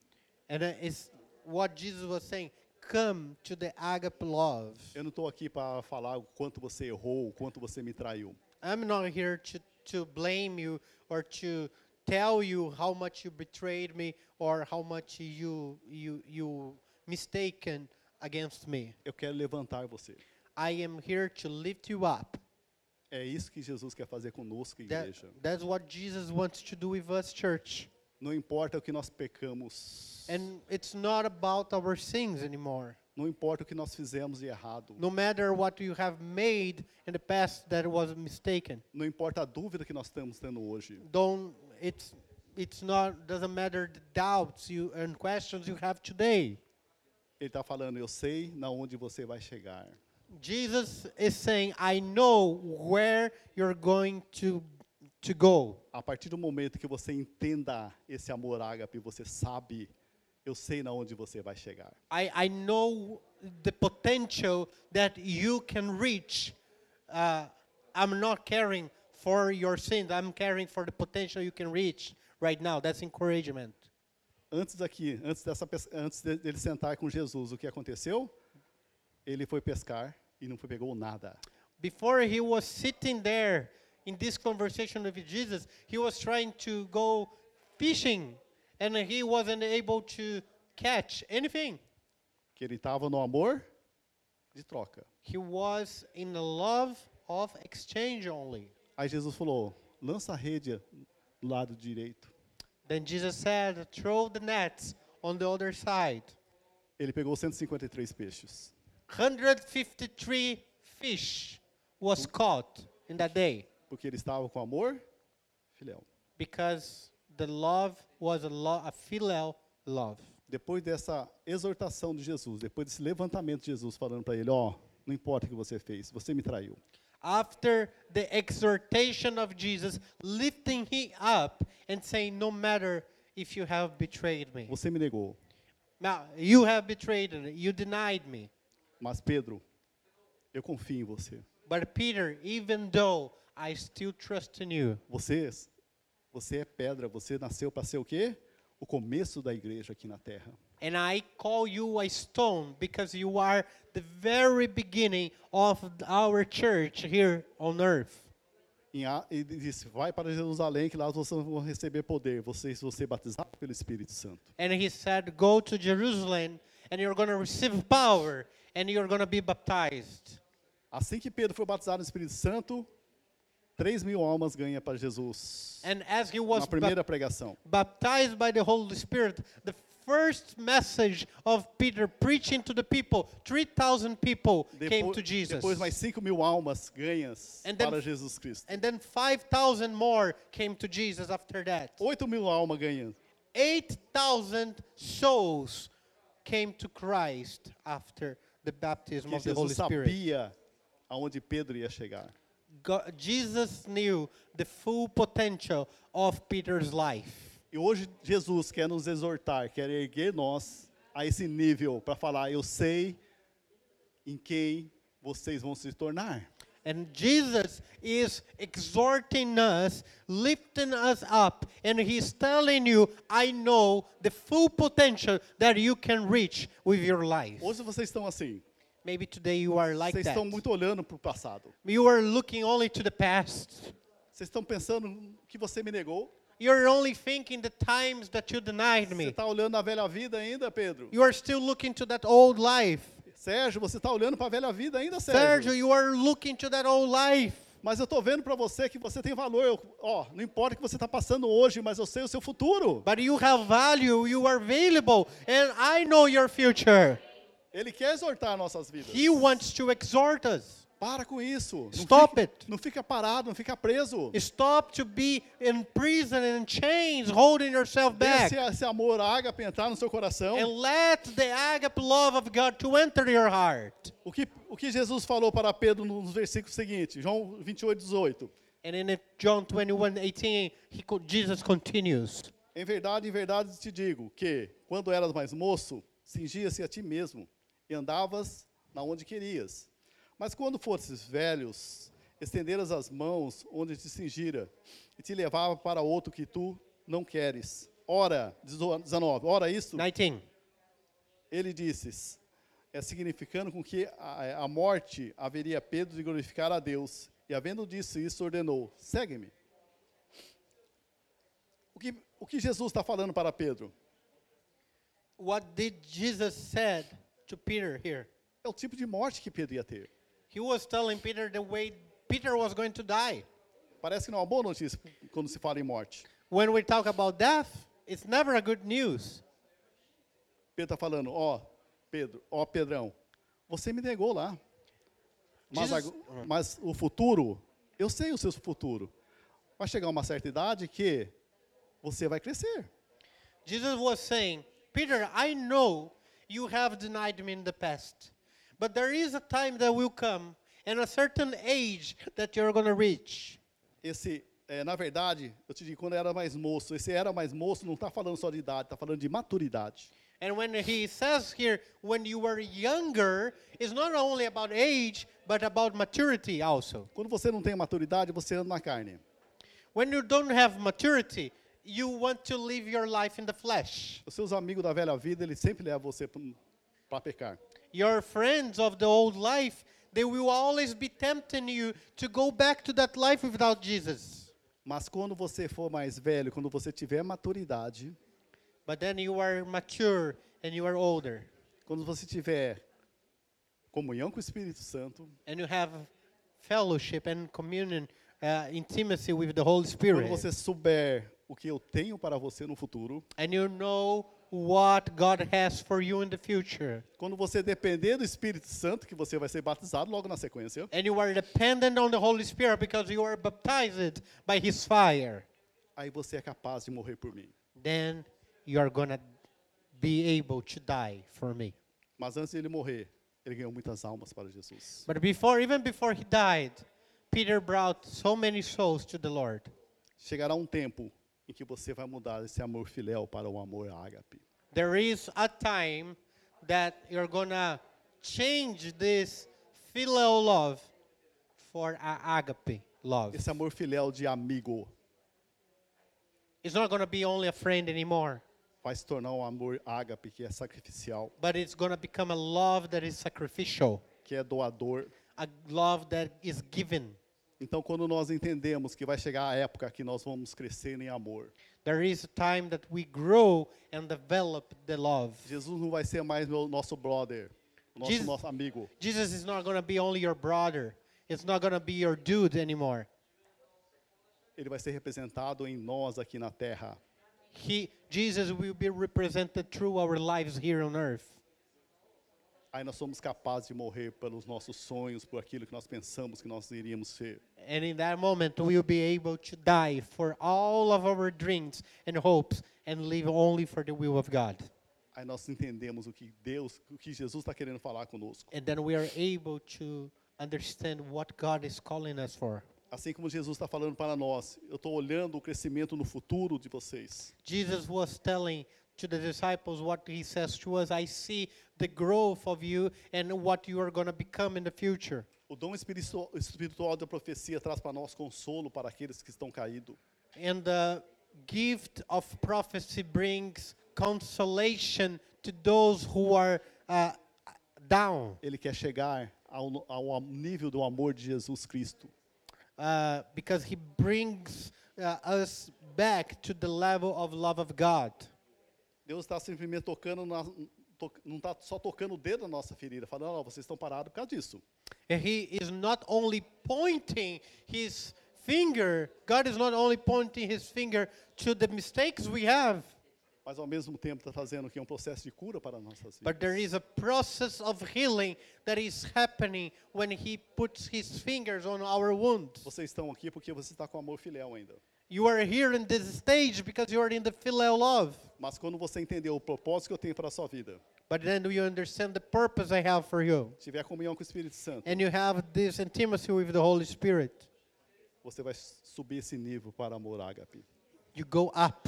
Speaker 2: And uh, it's what Jesus was saying, come to the agape love.
Speaker 1: Eu não estou aqui para falar o quanto você errou, o quanto você me traiu.
Speaker 2: I'm not here to, to blame you or to tell you how much you betrayed me or how much you you you mistaken against me.
Speaker 1: Eu quero levantar você.
Speaker 2: I am here to lift you up.
Speaker 1: É isso que Jesus quer fazer conosco,
Speaker 2: That,
Speaker 1: igreja.
Speaker 2: that's what Jesus wants to do with us, church.
Speaker 1: Não importa o que nós pecamos,
Speaker 2: And it's not about our sins anymore.
Speaker 1: não importa o que nós fizemos de errado,
Speaker 2: No matter what you have made in the past that was mistaken.
Speaker 1: não importa a dúvida que nós estamos tendo hoje.
Speaker 2: Don't it's it's not doesn't matter the doubts you and questions you have today.
Speaker 1: Ele está falando, eu sei na onde você vai chegar.
Speaker 2: Jesus is saying, I know where you're going to to go.
Speaker 1: A partir do momento que você entenda esse amor ágape, você sabe, eu sei na onde você vai chegar.
Speaker 2: I, I know the potential that you can reach. Uh, I'm not caring for your sins. I'm caring for the potential you can reach right now. That's encouragement.
Speaker 1: Antes daqui, antes dessa pes- antes de- dele sentar com Jesus, o que aconteceu? Ele foi pescar e não foi- pegou nada.
Speaker 2: Before he was sitting there in this conversation with Jesus, he was trying to go fishing and he wasn't able to catch anything.
Speaker 1: Que ele estava no amor de troca.
Speaker 2: He was in the love of exchange only.
Speaker 1: Aí Jesus falou: "Lança a rede do lado direito".
Speaker 2: Then Jesus said, Throw the nets on the other side.
Speaker 1: Ele pegou 153 peixes.
Speaker 2: 153 fish was caught in that day
Speaker 1: porque ele estava com amor, filial.
Speaker 2: because the love was a, lo- a filial love.
Speaker 1: Depois dessa exortação de Jesus, depois desse levantamento de Jesus falando para ele, ó, não importa o que você fez, você me traiu.
Speaker 2: After the exhortation of Jesus, lifting him up and saying, No matter if you have betrayed me.
Speaker 1: Você me negou.
Speaker 2: Now, you have betrayed me. You denied me.
Speaker 1: Mas Pedro, eu confio em você.
Speaker 2: But Peter, even though I still trust in you,
Speaker 1: Você você é pedra, você nasceu para ser o quê? O começo da igreja aqui na terra.
Speaker 2: and I call you a stone because you are the very beginning of our church here on earth.
Speaker 1: Em A- ele disse: "Vai para Jerusalém, que lá vocês vão receber poder, vocês vão ser batizados pelo Espírito Santo".
Speaker 2: And he said, Go to Jerusalem, and you're going to receive power, and you're going to be baptized.
Speaker 1: Assim que Pedro foi batizado no Espírito Santo, 3 mil almas ganha para Jesus.
Speaker 2: And as he was
Speaker 1: na primeira
Speaker 2: bap-
Speaker 1: pregação.
Speaker 2: baptized by the Holy Spirit, the first message of Peter preaching to the people, 3,000 people came to Jesus.
Speaker 1: depois mais 5 mil almas ganhas
Speaker 2: And then-
Speaker 1: para Jesus Cristo.
Speaker 2: And then 5,000 more came to Jesus after that.
Speaker 1: 8 mil almas ganhas.
Speaker 2: 8,000 souls came to Christ after the baptism
Speaker 1: Porque
Speaker 2: of the Holy
Speaker 1: Jesus
Speaker 2: Spirit.
Speaker 1: sabia aonde Pedro ia chegar.
Speaker 2: Go- Jesus knew the full potential of Peter's life.
Speaker 1: E hoje Jesus quer nos exortar, quer erguer nós a esse nível para falar, eu sei em quem vocês vão se tornar.
Speaker 2: And Jesus is exhorting us, lifting us up, and he's telling you, I know the full potential that you can reach with your life.
Speaker 1: Hoje vocês estão assim.
Speaker 2: Maybe today you are like
Speaker 1: Vocês
Speaker 2: that.
Speaker 1: estão muito olhando para o passado.
Speaker 2: You are looking only to the past.
Speaker 1: Vocês estão pensando que você me negou.
Speaker 2: You're only thinking the times that you denied
Speaker 1: Você
Speaker 2: me.
Speaker 1: está olhando a velha vida ainda, Pedro?
Speaker 2: You are still looking to that old life.
Speaker 1: Sérgio, você está olhando para a velha vida ainda, Sérgio?
Speaker 2: Sergio, you are looking to that old life.
Speaker 1: Mas eu estou vendo para você que você tem valor. Eu- ó, não importa o que você está passando hoje, mas eu sei o seu futuro.
Speaker 2: But you have value, you are valuable, and I know your future.
Speaker 1: Ele quer exortar nossas vidas.
Speaker 2: He wants to exhort us.
Speaker 1: Para com isso. Não
Speaker 2: Stop
Speaker 1: fica,
Speaker 2: it.
Speaker 1: Não fica parado, não fica preso.
Speaker 2: Stop to be in prison and in chains, holding yourself back. É
Speaker 1: Deixe esse amor ágape entrar no seu coração.
Speaker 2: And let the agape love of God to enter your heart.
Speaker 1: O que, o que Jesus falou para Pedro nos versículos seguintes, João 28, 18.
Speaker 2: And in John 21, 18, he, co- Jesus continues.
Speaker 1: Em verdade, em verdade te digo que, quando eras mais moço, cingia-se a ti mesmo e andavas na onde querias. Mas quando fosses velhos, estenderas as mãos onde te cingira e te levava para outro que tu não queres. Ora, 19, ora isso,
Speaker 2: 19.
Speaker 1: ele disse, é significando com que a, a morte haveria Pedro de glorificar a Deus. E havendo dito isso, ordenou, segue-me. O que, o que Jesus está falando para Pedro?
Speaker 2: What did Jesus said to Peter here?
Speaker 1: É o tipo de morte que Pedro ia ter.
Speaker 2: He was telling Peter the way Peter was going to die.
Speaker 1: Parece que não é uma boa notícia quando se fala em morte.
Speaker 2: When we talk about death, it's never a good news.
Speaker 1: Pedro está falando, ó, Pedro, ó, Pedrão, você me negou lá. Mas,
Speaker 2: Jesus-
Speaker 1: ago- mas o futuro, eu sei o seu futuro. Vai chegar uma certa idade que você vai crescer.
Speaker 2: Jesus was saying, Peter, I know you have denied me in the past, but there is a time that will come and a certain age that you're going to reach.
Speaker 1: esse, é, na verdade, eu te digo, quando eu era mais moço, esse era mais moço não está falando só de idade, está falando de maturidade.
Speaker 2: And when he says here, when you were younger, it's not only about age, but about maturity also.
Speaker 1: Quando você não tem maturidade, você anda na carne.
Speaker 2: When you don't have maturity, you want to live your life in the flesh.
Speaker 1: Os seus amigos da velha vida, eles sempre levam você para pecar.
Speaker 2: Your friends of the old life, they will always be tempting you to go back to that life without Jesus.
Speaker 1: Mas quando você for mais velho, quando você tiver maturidade,
Speaker 2: But then you are mature and you are older
Speaker 1: quando você tiver comunhão com o Espírito Santo,
Speaker 2: and you have fellowship and communion, uh, intimacy with the Holy
Speaker 1: quando
Speaker 2: Spirit.
Speaker 1: você souber o que eu tenho para você no futuro,
Speaker 2: And you know what God has for you in the future.
Speaker 1: quando você depender do Espírito Santo, que você vai ser batizado logo na sequência,
Speaker 2: And you are dependent on the Holy Spirit because you are baptized by His fire.
Speaker 1: aí você é capaz de morrer por mim.
Speaker 2: Then you are going to be able to die for me.
Speaker 1: Mas antes de ele morrer, ele ganhou muitas almas para Jesus.
Speaker 2: But before, even before he died, Peter brought so many souls to the Lord.
Speaker 1: Chegará um tempo em que você vai mudar esse amor filéu para um amor ágape.
Speaker 2: There is a time that you're gonna change this filial love for a agape love.
Speaker 1: Esse amor filéu de amigo
Speaker 2: It's not gonna be only a friend anymore,
Speaker 1: vai se tornar um amor ágape que é sacrificial,
Speaker 2: but it's gonna become a love that is sacrificial,
Speaker 1: que é doador.
Speaker 2: a love that is given.
Speaker 1: Então, quando nós entendemos que vai chegar a época que nós vamos crescer em amor,
Speaker 2: There is a time that we grow and develop the love.
Speaker 1: Jesus não vai ser mais meu, nosso brother, o nosso,
Speaker 2: Jesus-
Speaker 1: nosso amigo.
Speaker 2: Jesus is not gonna be only your brother. It's not gonna be your dude anymore.
Speaker 1: Ele vai ser representado em nós aqui na terra.
Speaker 2: He, Jesus will be represented through our lives here on earth.
Speaker 1: Aí nós somos capazes de morrer pelos nossos sonhos, por aquilo que nós pensamos que nós iríamos ser.
Speaker 2: And in that moment, we will be able to die for all of our dreams and hopes and live only for the will of God.
Speaker 1: Aí nós entendemos o que Deus, o que Jesus está querendo falar conosco.
Speaker 2: And then we are able to understand what God is calling us for.
Speaker 1: Assim como Jesus está falando para nós, eu estou olhando o crescimento no futuro de vocês.
Speaker 2: Jesus was telling to the disciples what he says to us I see the growth of you and what you are going to become in the future.
Speaker 1: O dom espiritu- espiritual da profecia traz para nós consolo para aqueles que estão caídos.
Speaker 2: And the gift of prophecy brings consolation to those who are uh, down
Speaker 1: Ele quer chegar ao, ao nível do amor de Jesus Cristo.
Speaker 2: uh, because He brings uh, us back to the level of love of God.
Speaker 1: Deus está simplesmente tocando, na, to- não está só tocando o dedo na nossa ferida, falando, ó, vocês estão parados por causa disso.
Speaker 2: And He is not only pointing His finger, God is not only pointing His finger to the mistakes we have,
Speaker 1: Mas ao mesmo tempo está fazendo que é um processo de cura para nossas vidas.
Speaker 2: but there is a process of healing that is happening when He puts His fingers on our wounds.
Speaker 1: Vocês estão aqui porque você está com amor filial ainda.
Speaker 2: You are here in this stage because you are in the filial love.
Speaker 1: Mas quando você entender o propósito que eu tenho para a sua vida,
Speaker 2: But then you understand the purpose I have for you.
Speaker 1: tiver comunhão com o Espírito Santo,
Speaker 2: And you have this intimacy with the Holy Spirit.
Speaker 1: você vai subir esse nível para amor ágape.
Speaker 2: You go up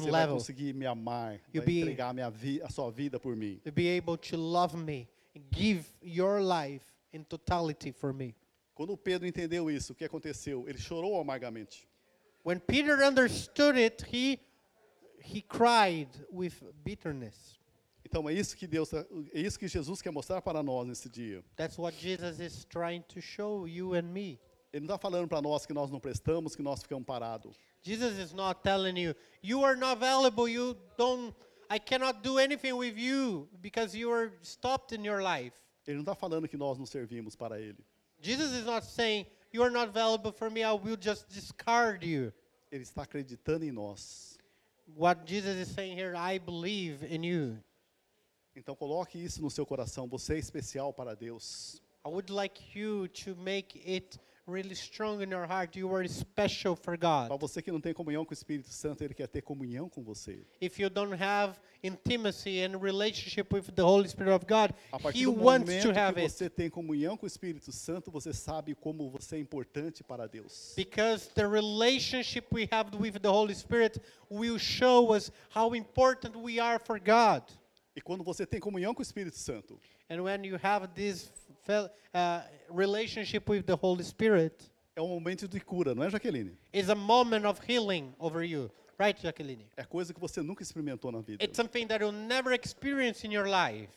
Speaker 1: Você vai
Speaker 2: level.
Speaker 1: conseguir me amar,
Speaker 2: You
Speaker 1: vai
Speaker 2: be-
Speaker 1: entregar a minha vi- a sua vida por mim.
Speaker 2: To be able to love me, give your life in totality for me.
Speaker 1: Quando o Pedro entendeu isso, o que aconteceu? Ele chorou amargamente.
Speaker 2: When Peter understood it, he he cried with bitterness.
Speaker 1: Então é isso que Deus, tá- é isso que Jesus quer mostrar para nós nesse dia.
Speaker 2: That's what Jesus is trying to show you and me.
Speaker 1: Ele não está falando para nós que nós não prestamos, que nós ficamos parados.
Speaker 2: Jesus is not telling you, you are not valuable, you don't I cannot do anything with you because you are stopped in your life.
Speaker 1: Ele não está falando que nós não servimos para Ele.
Speaker 2: Jesus is not saying, you are not valuable for me, I will just discard you.
Speaker 1: Ele está acreditando em nós.
Speaker 2: What Jesus is saying here, I believe in you.
Speaker 1: Então coloque isso no seu coração. Você é especial para Deus.
Speaker 2: I would like you to make it really strong in your heart. You are special for
Speaker 1: Para
Speaker 2: God.
Speaker 1: você que não tem comunhão com o Espírito Santo, Ele quer ter comunhão com você.
Speaker 2: If you don't have intimacy and relationship with the Holy Spirit of God,
Speaker 1: A partir
Speaker 2: He
Speaker 1: do
Speaker 2: wants
Speaker 1: momento
Speaker 2: to have
Speaker 1: que
Speaker 2: it.
Speaker 1: você tem comunhão com o Espírito Santo, você sabe como você é importante para Deus.
Speaker 2: Because the relationship we have with the Holy Spirit will show us how important we are for God.
Speaker 1: E quando você tem comunhão com o Espírito Santo,
Speaker 2: And when you have this fel- uh, relationship with the Holy Spirit,
Speaker 1: é um momento de cura, não é, Jaqueline?
Speaker 2: it's a moment of healing over you. Right, Jacqueline?
Speaker 1: É coisa que você nunca experimentou na vida.
Speaker 2: It's something that you'll never experience in your life.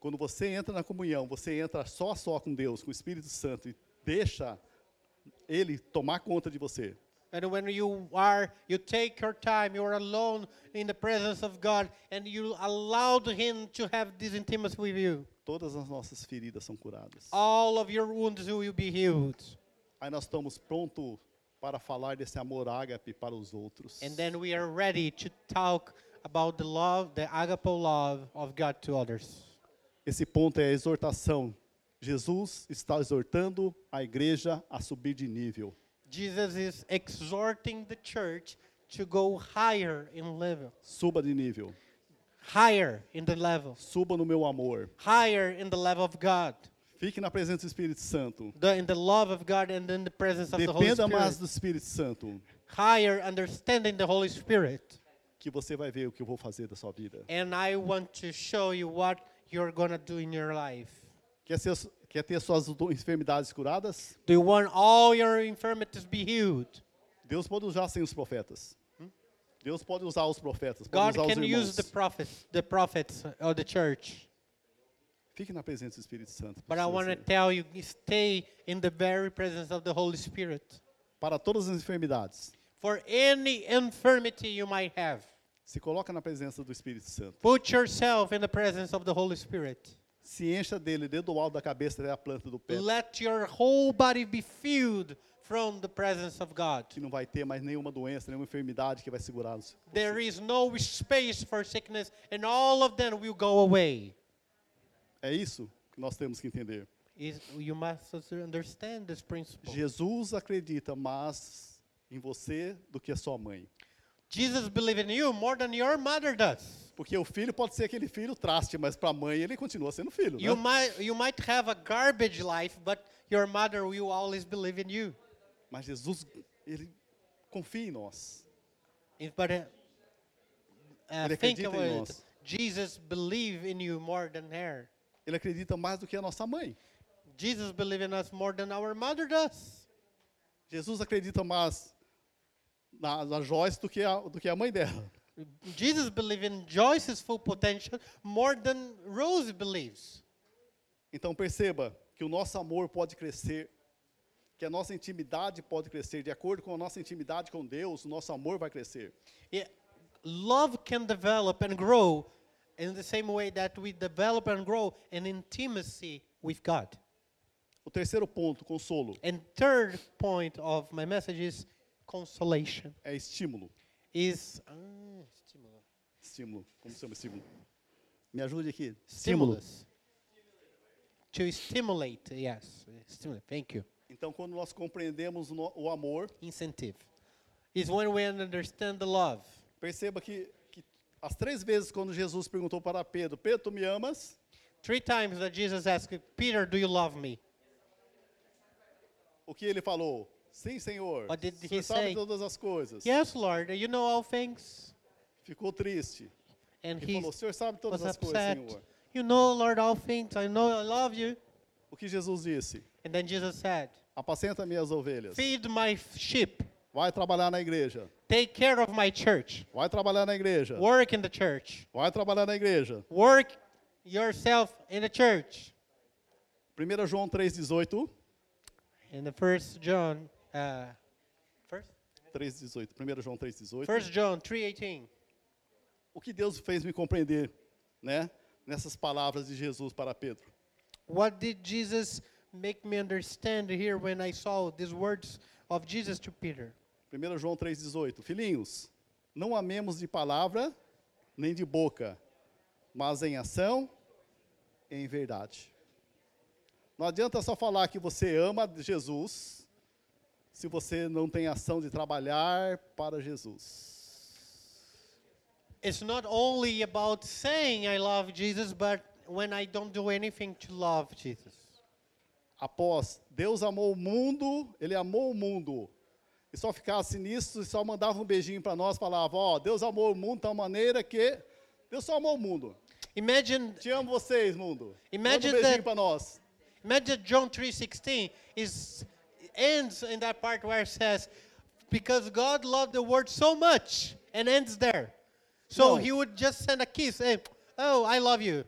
Speaker 1: Quando você entra na comunhão, você entra só a só com Deus, com o Espírito Santo e deixa ele tomar conta de você.
Speaker 2: And when you are, you take your time, you are alone in the presence of God, and you allowed Him to have this intimacy with you.
Speaker 1: Todas as nossas feridas são curadas.
Speaker 2: All of your wounds will be healed.
Speaker 1: Aí nós estamos prontos para falar desse amor ágape para os outros.
Speaker 2: And then we are ready to talk about the love, the agape love of God to others.
Speaker 1: Esse ponto é a exortação. Jesus está exortando a igreja a subir de nível.
Speaker 2: Jesus is exhorting the church to go higher in level,
Speaker 1: Suba de nível.
Speaker 2: higher in the level,
Speaker 1: Suba no meu amor.
Speaker 2: higher in the level of God,
Speaker 1: Fique na presença do Espírito Santo.
Speaker 2: the, in the love of God and in the presence of the Holy
Speaker 1: Dependa
Speaker 2: Spirit.
Speaker 1: mais do Espírito Santo
Speaker 2: Higher understanding the Holy Spirit.
Speaker 1: que você vai ver o que eu vou fazer da sua vida.
Speaker 2: And I want to show you what you're going to do in your life.
Speaker 1: Quer, ser, quer ter suas do- enfermidades curadas?
Speaker 2: Do you want all your infirmities be healed?
Speaker 1: Deus pode usar sem os profetas. Deus pode usar os profetas. Pode
Speaker 2: Hum? God
Speaker 1: usar os
Speaker 2: can use
Speaker 1: irmãos.
Speaker 2: the prophets, the prophets of the church.
Speaker 1: Fique na presença do Espírito Santo.
Speaker 2: But I
Speaker 1: precisa
Speaker 2: want to
Speaker 1: ser.
Speaker 2: tell you, stay in the very presence of the Holy Spirit.
Speaker 1: Para todas as enfermidades,
Speaker 2: For any infirmity you might have,
Speaker 1: se coloca na presença do Espírito Santo.
Speaker 2: put yourself in the presence of the Holy Spirit.
Speaker 1: Se encha dele, desde o alto da cabeça até a planta do pé,
Speaker 2: Let your whole body be filled from the presence of God.
Speaker 1: que não vai ter mais nenhuma doença, nenhuma enfermidade que vai segurar. os-
Speaker 2: There is no space for sickness, and all of them will go away.
Speaker 1: É isso que nós temos que entender.
Speaker 2: Is, you must also understand this principle.
Speaker 1: Jesus acredita mais em você do que a sua mãe.
Speaker 2: Jesus believes in you more than your mother does.
Speaker 1: Porque o filho pode ser aquele filho traste, mas para a mãe ele continua sendo filho.
Speaker 2: You
Speaker 1: Né?
Speaker 2: might you might have a garbage life, but your mother will always believe in you.
Speaker 1: Mas Jesus, ele confia em nós.
Speaker 2: If- But uh, uh,
Speaker 1: Ele
Speaker 2: think
Speaker 1: acredita em
Speaker 2: about it.
Speaker 1: nós.
Speaker 2: Jesus believe in you more than her.
Speaker 1: Ele acredita mais do que a nossa mãe.
Speaker 2: Jesus believe in us more than our mother does.
Speaker 1: Jesus acredita mais na, na Joyce do que, a, do que a mãe dela.
Speaker 2: Jesus believe in Joyce's full potential more than Rose believes.
Speaker 1: Então perceba que o nosso amor pode crescer, que a nossa intimidade pode crescer. De acordo com a nossa intimidade com Deus, o nosso amor vai crescer.
Speaker 2: Yeah, love can develop and grow in the same way that we develop and grow in intimacy with God.
Speaker 1: O terceiro ponto, consolo,
Speaker 2: And third point of my message is consolation.
Speaker 1: é estímulo.
Speaker 2: Is ah,
Speaker 1: Estímulo. Como se chama estímulo? Me ajude aqui.
Speaker 2: stimulus. To stimulate, yes, stimulate. Thank you.
Speaker 1: Então, quando nós compreendemos o no- o amor,
Speaker 2: Incentive is when we understand the love.
Speaker 1: perceba que, que as três vezes quando Jesus perguntou para Pedro, Pedro, tu me amas?
Speaker 2: Three times that Jesus asked Peter, "Do you love me?"
Speaker 1: O que ele falou? Sim, Senhor.
Speaker 2: What did
Speaker 1: Você
Speaker 2: he
Speaker 1: sabe
Speaker 2: say?
Speaker 1: todas as coisas.
Speaker 2: Yes, Lord. You know all things.
Speaker 1: Ficou triste.
Speaker 2: And
Speaker 1: Ele
Speaker 2: he
Speaker 1: falou, o Senhor sabe todas
Speaker 2: was
Speaker 1: as coisas,
Speaker 2: upset.
Speaker 1: Senhor.
Speaker 2: You know, Lord, all things. I know I love you.
Speaker 1: O que Jesus disse?
Speaker 2: And then Jesus said,
Speaker 1: Apacenta minhas ovelhas.
Speaker 2: "Feed my f- sheep.
Speaker 1: Vai trabalhar na igreja.
Speaker 2: Take care of my church.
Speaker 1: Vai trabalhar na igreja.
Speaker 2: Work in the church.
Speaker 1: Vai trabalhar na igreja.
Speaker 2: Work yourself in the church."
Speaker 1: 1 João 3,18.
Speaker 2: In the first John, uh, first,
Speaker 1: 3,18. 1 João 3,18.
Speaker 2: first John three eighteen.
Speaker 1: O que Deus fez me compreender, né? Nessas palavras de Jesus para Pedro.
Speaker 2: What did Jesus make me understand here when I saw these words of Jesus to Peter?
Speaker 1: 1 João 3,18. Filhinhos, não amemos de palavra nem de boca, mas em ação e em verdade. Não adianta só falar que você ama Jesus se você não tem ação de trabalhar para Jesus.
Speaker 2: It's not only about saying I love Jesus, but when I don't do anything to love Jesus.
Speaker 1: Após Deus amou o mundo, ele amou o mundo. E só ficasse nisso e só mandava um beijinho para nós, falava, ó, Deus amou o mundo de tal maneira que Deus só amou o mundo.
Speaker 2: Imagine,
Speaker 1: Te amo vocês, mundo.
Speaker 2: Imagine
Speaker 1: Manda um beijinho
Speaker 2: that-
Speaker 1: para nós.
Speaker 2: imagine John three sixteen is ends in that part where it says, "Because God loved the world so much," and ends there.
Speaker 1: No.
Speaker 2: So he would just send a kiss and, "Oh, I love you."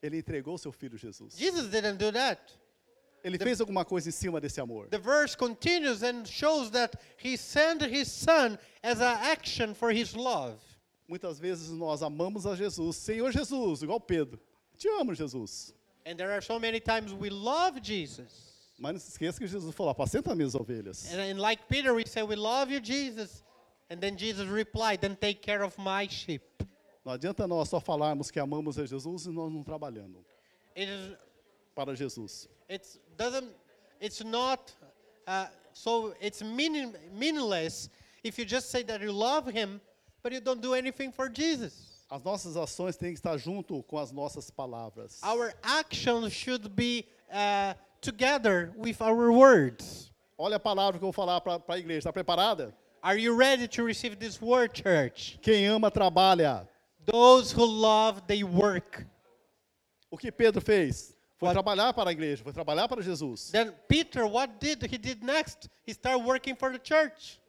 Speaker 1: Ele entregou seu filho Jesus.
Speaker 2: Jesus didn't do that.
Speaker 1: Ele fez alguma coisa em cima desse amor.
Speaker 2: The verse continues and shows that he sent his son as an action for his love.
Speaker 1: Muitas vezes nós amamos a Jesus, Senhor Jesus, igual Pedro. Te amo, Jesus.
Speaker 2: And there are so many times we love Jesus.
Speaker 1: Mas não se esqueça que Jesus falou: apacenta minhas ovelhas.
Speaker 2: And, and like Peter, we say, We love you, Jesus. And then Jesus replied, Then take care of my sheep.
Speaker 1: Não adianta nós só falarmos que amamos a Jesus e nós não trabalhando
Speaker 2: It is,
Speaker 1: para Jesus.
Speaker 2: it's, doesn't, it's not, uh, so it's meaning, meaningless if you just say that you love him, but you don't do anything for Jesus.
Speaker 1: As nossas ações têm que estar junto com as nossas palavras.
Speaker 2: Our actions should be uh, together with our words.
Speaker 1: Olha a palavra que eu vou falar para a igreja. Está preparada?
Speaker 2: Are you ready to receive this word, church?
Speaker 1: Quem ama, trabalha.
Speaker 2: Those who love, they work.
Speaker 1: O que Pedro fez? Foi
Speaker 2: What-
Speaker 1: trabalhar para a igreja, foi trabalhar para Jesus.
Speaker 2: Then Peter, what did he did next? He started working for the church.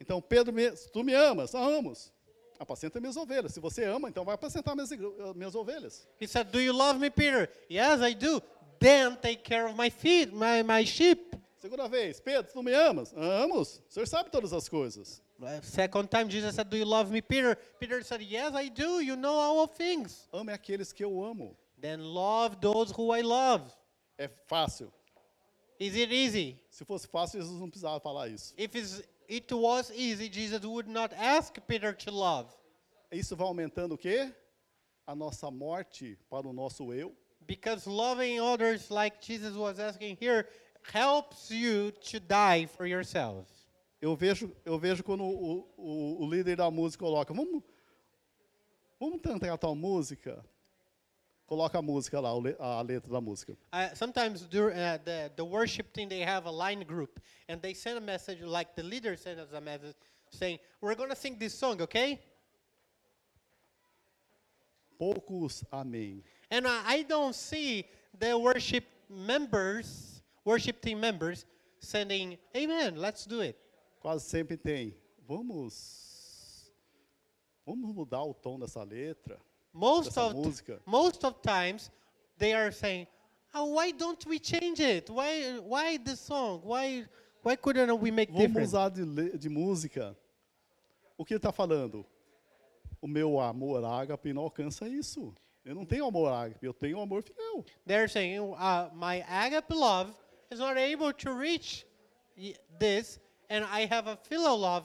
Speaker 1: Então, Pedro, me- tu me amas? Amamos. Apacenta minhas ovelhas. Se você ama, então vai apacentar minhas, igre- minhas ovelhas.
Speaker 2: He said, "Do you love me, Peter?" Yes, I do. Then take care of my feet, my my sheep.
Speaker 1: Segunda vez, Pedro, tu me amas? Amos. O senhor sabe todas as coisas.
Speaker 2: Uh, Second time, Jesus said, "Do you love me, Peter?" Peter said, "Yes, I do. You know all things."
Speaker 1: Ame aqueles que eu amo.
Speaker 2: Then love those who I love.
Speaker 1: É fácil.
Speaker 2: Is it easy?
Speaker 1: Se fosse fácil, Jesus não precisava falar isso.
Speaker 2: If it's, it was easy, Jesus would not ask Peter to love.
Speaker 1: Isso vai aumentando o quê? A nossa morte para o nosso eu.
Speaker 2: Because loving others, like Jesus was asking here, helps you to die for yourself.
Speaker 1: Eu vejo, eu vejo quando o, o, o líder da música coloca, vamos, vamos cantar tal música. Coloca a música lá, o le- a letra da música.
Speaker 2: Uh, sometimes dur- uh, the, the worship team, they have a line group, and they send a message, like the leader sent us a message, saying, We're going to sing this song, okay?
Speaker 1: Poucos, amém.
Speaker 2: And I, I don't see the worship members, worship team members, sending, Amen, let's do it.
Speaker 1: Quase sempre tem. Vamos, vamos mudar o tom dessa letra.
Speaker 2: Most
Speaker 1: dessa
Speaker 2: of,
Speaker 1: música.
Speaker 2: most of times, they are saying, "Oh, why don't we change it? Why, why this song? Why, why couldn't we make
Speaker 1: Vamos
Speaker 2: different?"
Speaker 1: usar de, le- de música. O que ele está falando? O meu amor ágape não alcança isso. Eu não tenho amor ágape, eu tenho amor fiel.
Speaker 2: They're saying, uh, "My agape love is not able to reach y- this, and I have a philo love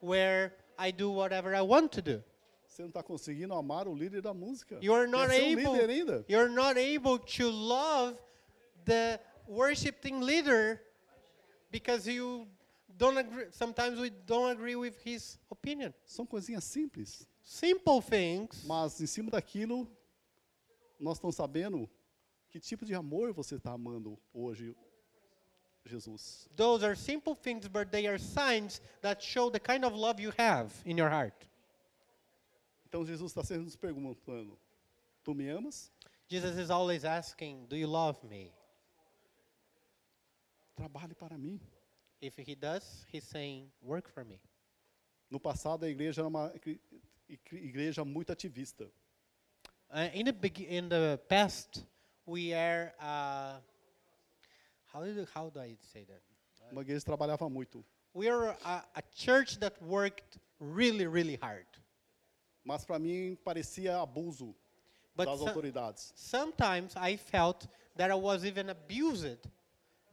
Speaker 2: where I do whatever I want to do."
Speaker 1: Você não está conseguindo amar o líder da música.
Speaker 2: You are not
Speaker 1: Quer ser um
Speaker 2: able.
Speaker 1: líder ainda.
Speaker 2: You're not able to love the worshiping leader because you don't agree. Sometimes we don't agree with his opinion.
Speaker 1: São coisinhas simples.
Speaker 2: Simple things,
Speaker 1: Mas em cima daquilo, nós estamos sabendo que tipo de amor você está amando hoje, Jesus.
Speaker 2: those are simple things, but they are signs that show the kind of love you have in your heart.
Speaker 1: Então Jesus está sempre nos perguntando: Tu me amas?
Speaker 2: Jesus is always asking, Do you love me?
Speaker 1: Trabalhe para mim.
Speaker 2: If he does, he's saying, Work for me.
Speaker 1: No passado, a igreja era uma igre- igreja muito ativista.
Speaker 2: Uh, in the beg- in the past, we are uh, how do how do I say that?
Speaker 1: Uma igreja que trabalhava muito.
Speaker 2: We are a, a church that worked really, really hard.
Speaker 1: Mas para mim parecia abuso
Speaker 2: But
Speaker 1: das
Speaker 2: so-
Speaker 1: autoridades.
Speaker 2: sometimes I felt that I was even abused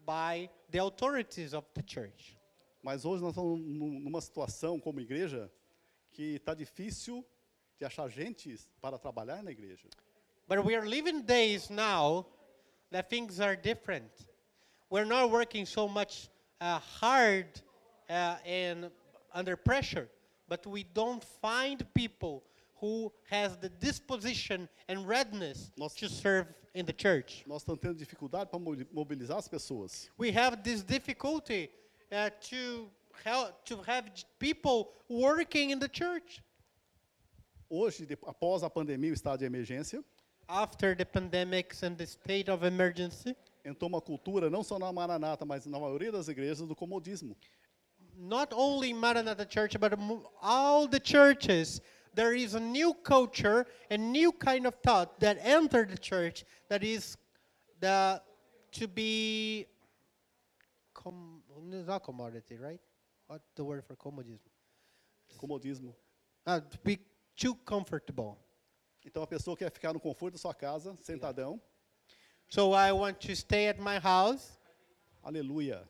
Speaker 2: by the authorities of the church.
Speaker 1: Mas hoje nós estamos num- numa situação como igreja que está difícil de achar gente para trabalhar na igreja.
Speaker 2: But we are living days now that things are different. We're not working so much uh, hard uh, and under pressure, but we don't find people who has the disposition and readiness
Speaker 1: Nossa.
Speaker 2: to serve in the church.
Speaker 1: Nós estamos tendo dificuldade para mo- mobilizar as pessoas.
Speaker 2: We have this difficulty uh, to help, to have j- people working in the church.
Speaker 1: Hoje, de- após a pandemia, o estado de emergência,
Speaker 2: After the pandemics and the state of emergency,
Speaker 1: entrou uma cultura, não só na Maranata, mas na maioria das igrejas, do comodismo.
Speaker 2: not only Maranatha Church, but mo- all the churches, there is a new culture, a new kind of thought that entered the church that is the to be com, it's not commodity, right? What the word for commodism?
Speaker 1: Comodismo.
Speaker 2: Uh, to be too comfortable.
Speaker 1: Então, a pessoa quer ficar no conforto da sua casa, sentadão.
Speaker 2: So I want to stay at my house,
Speaker 1: Aleluia.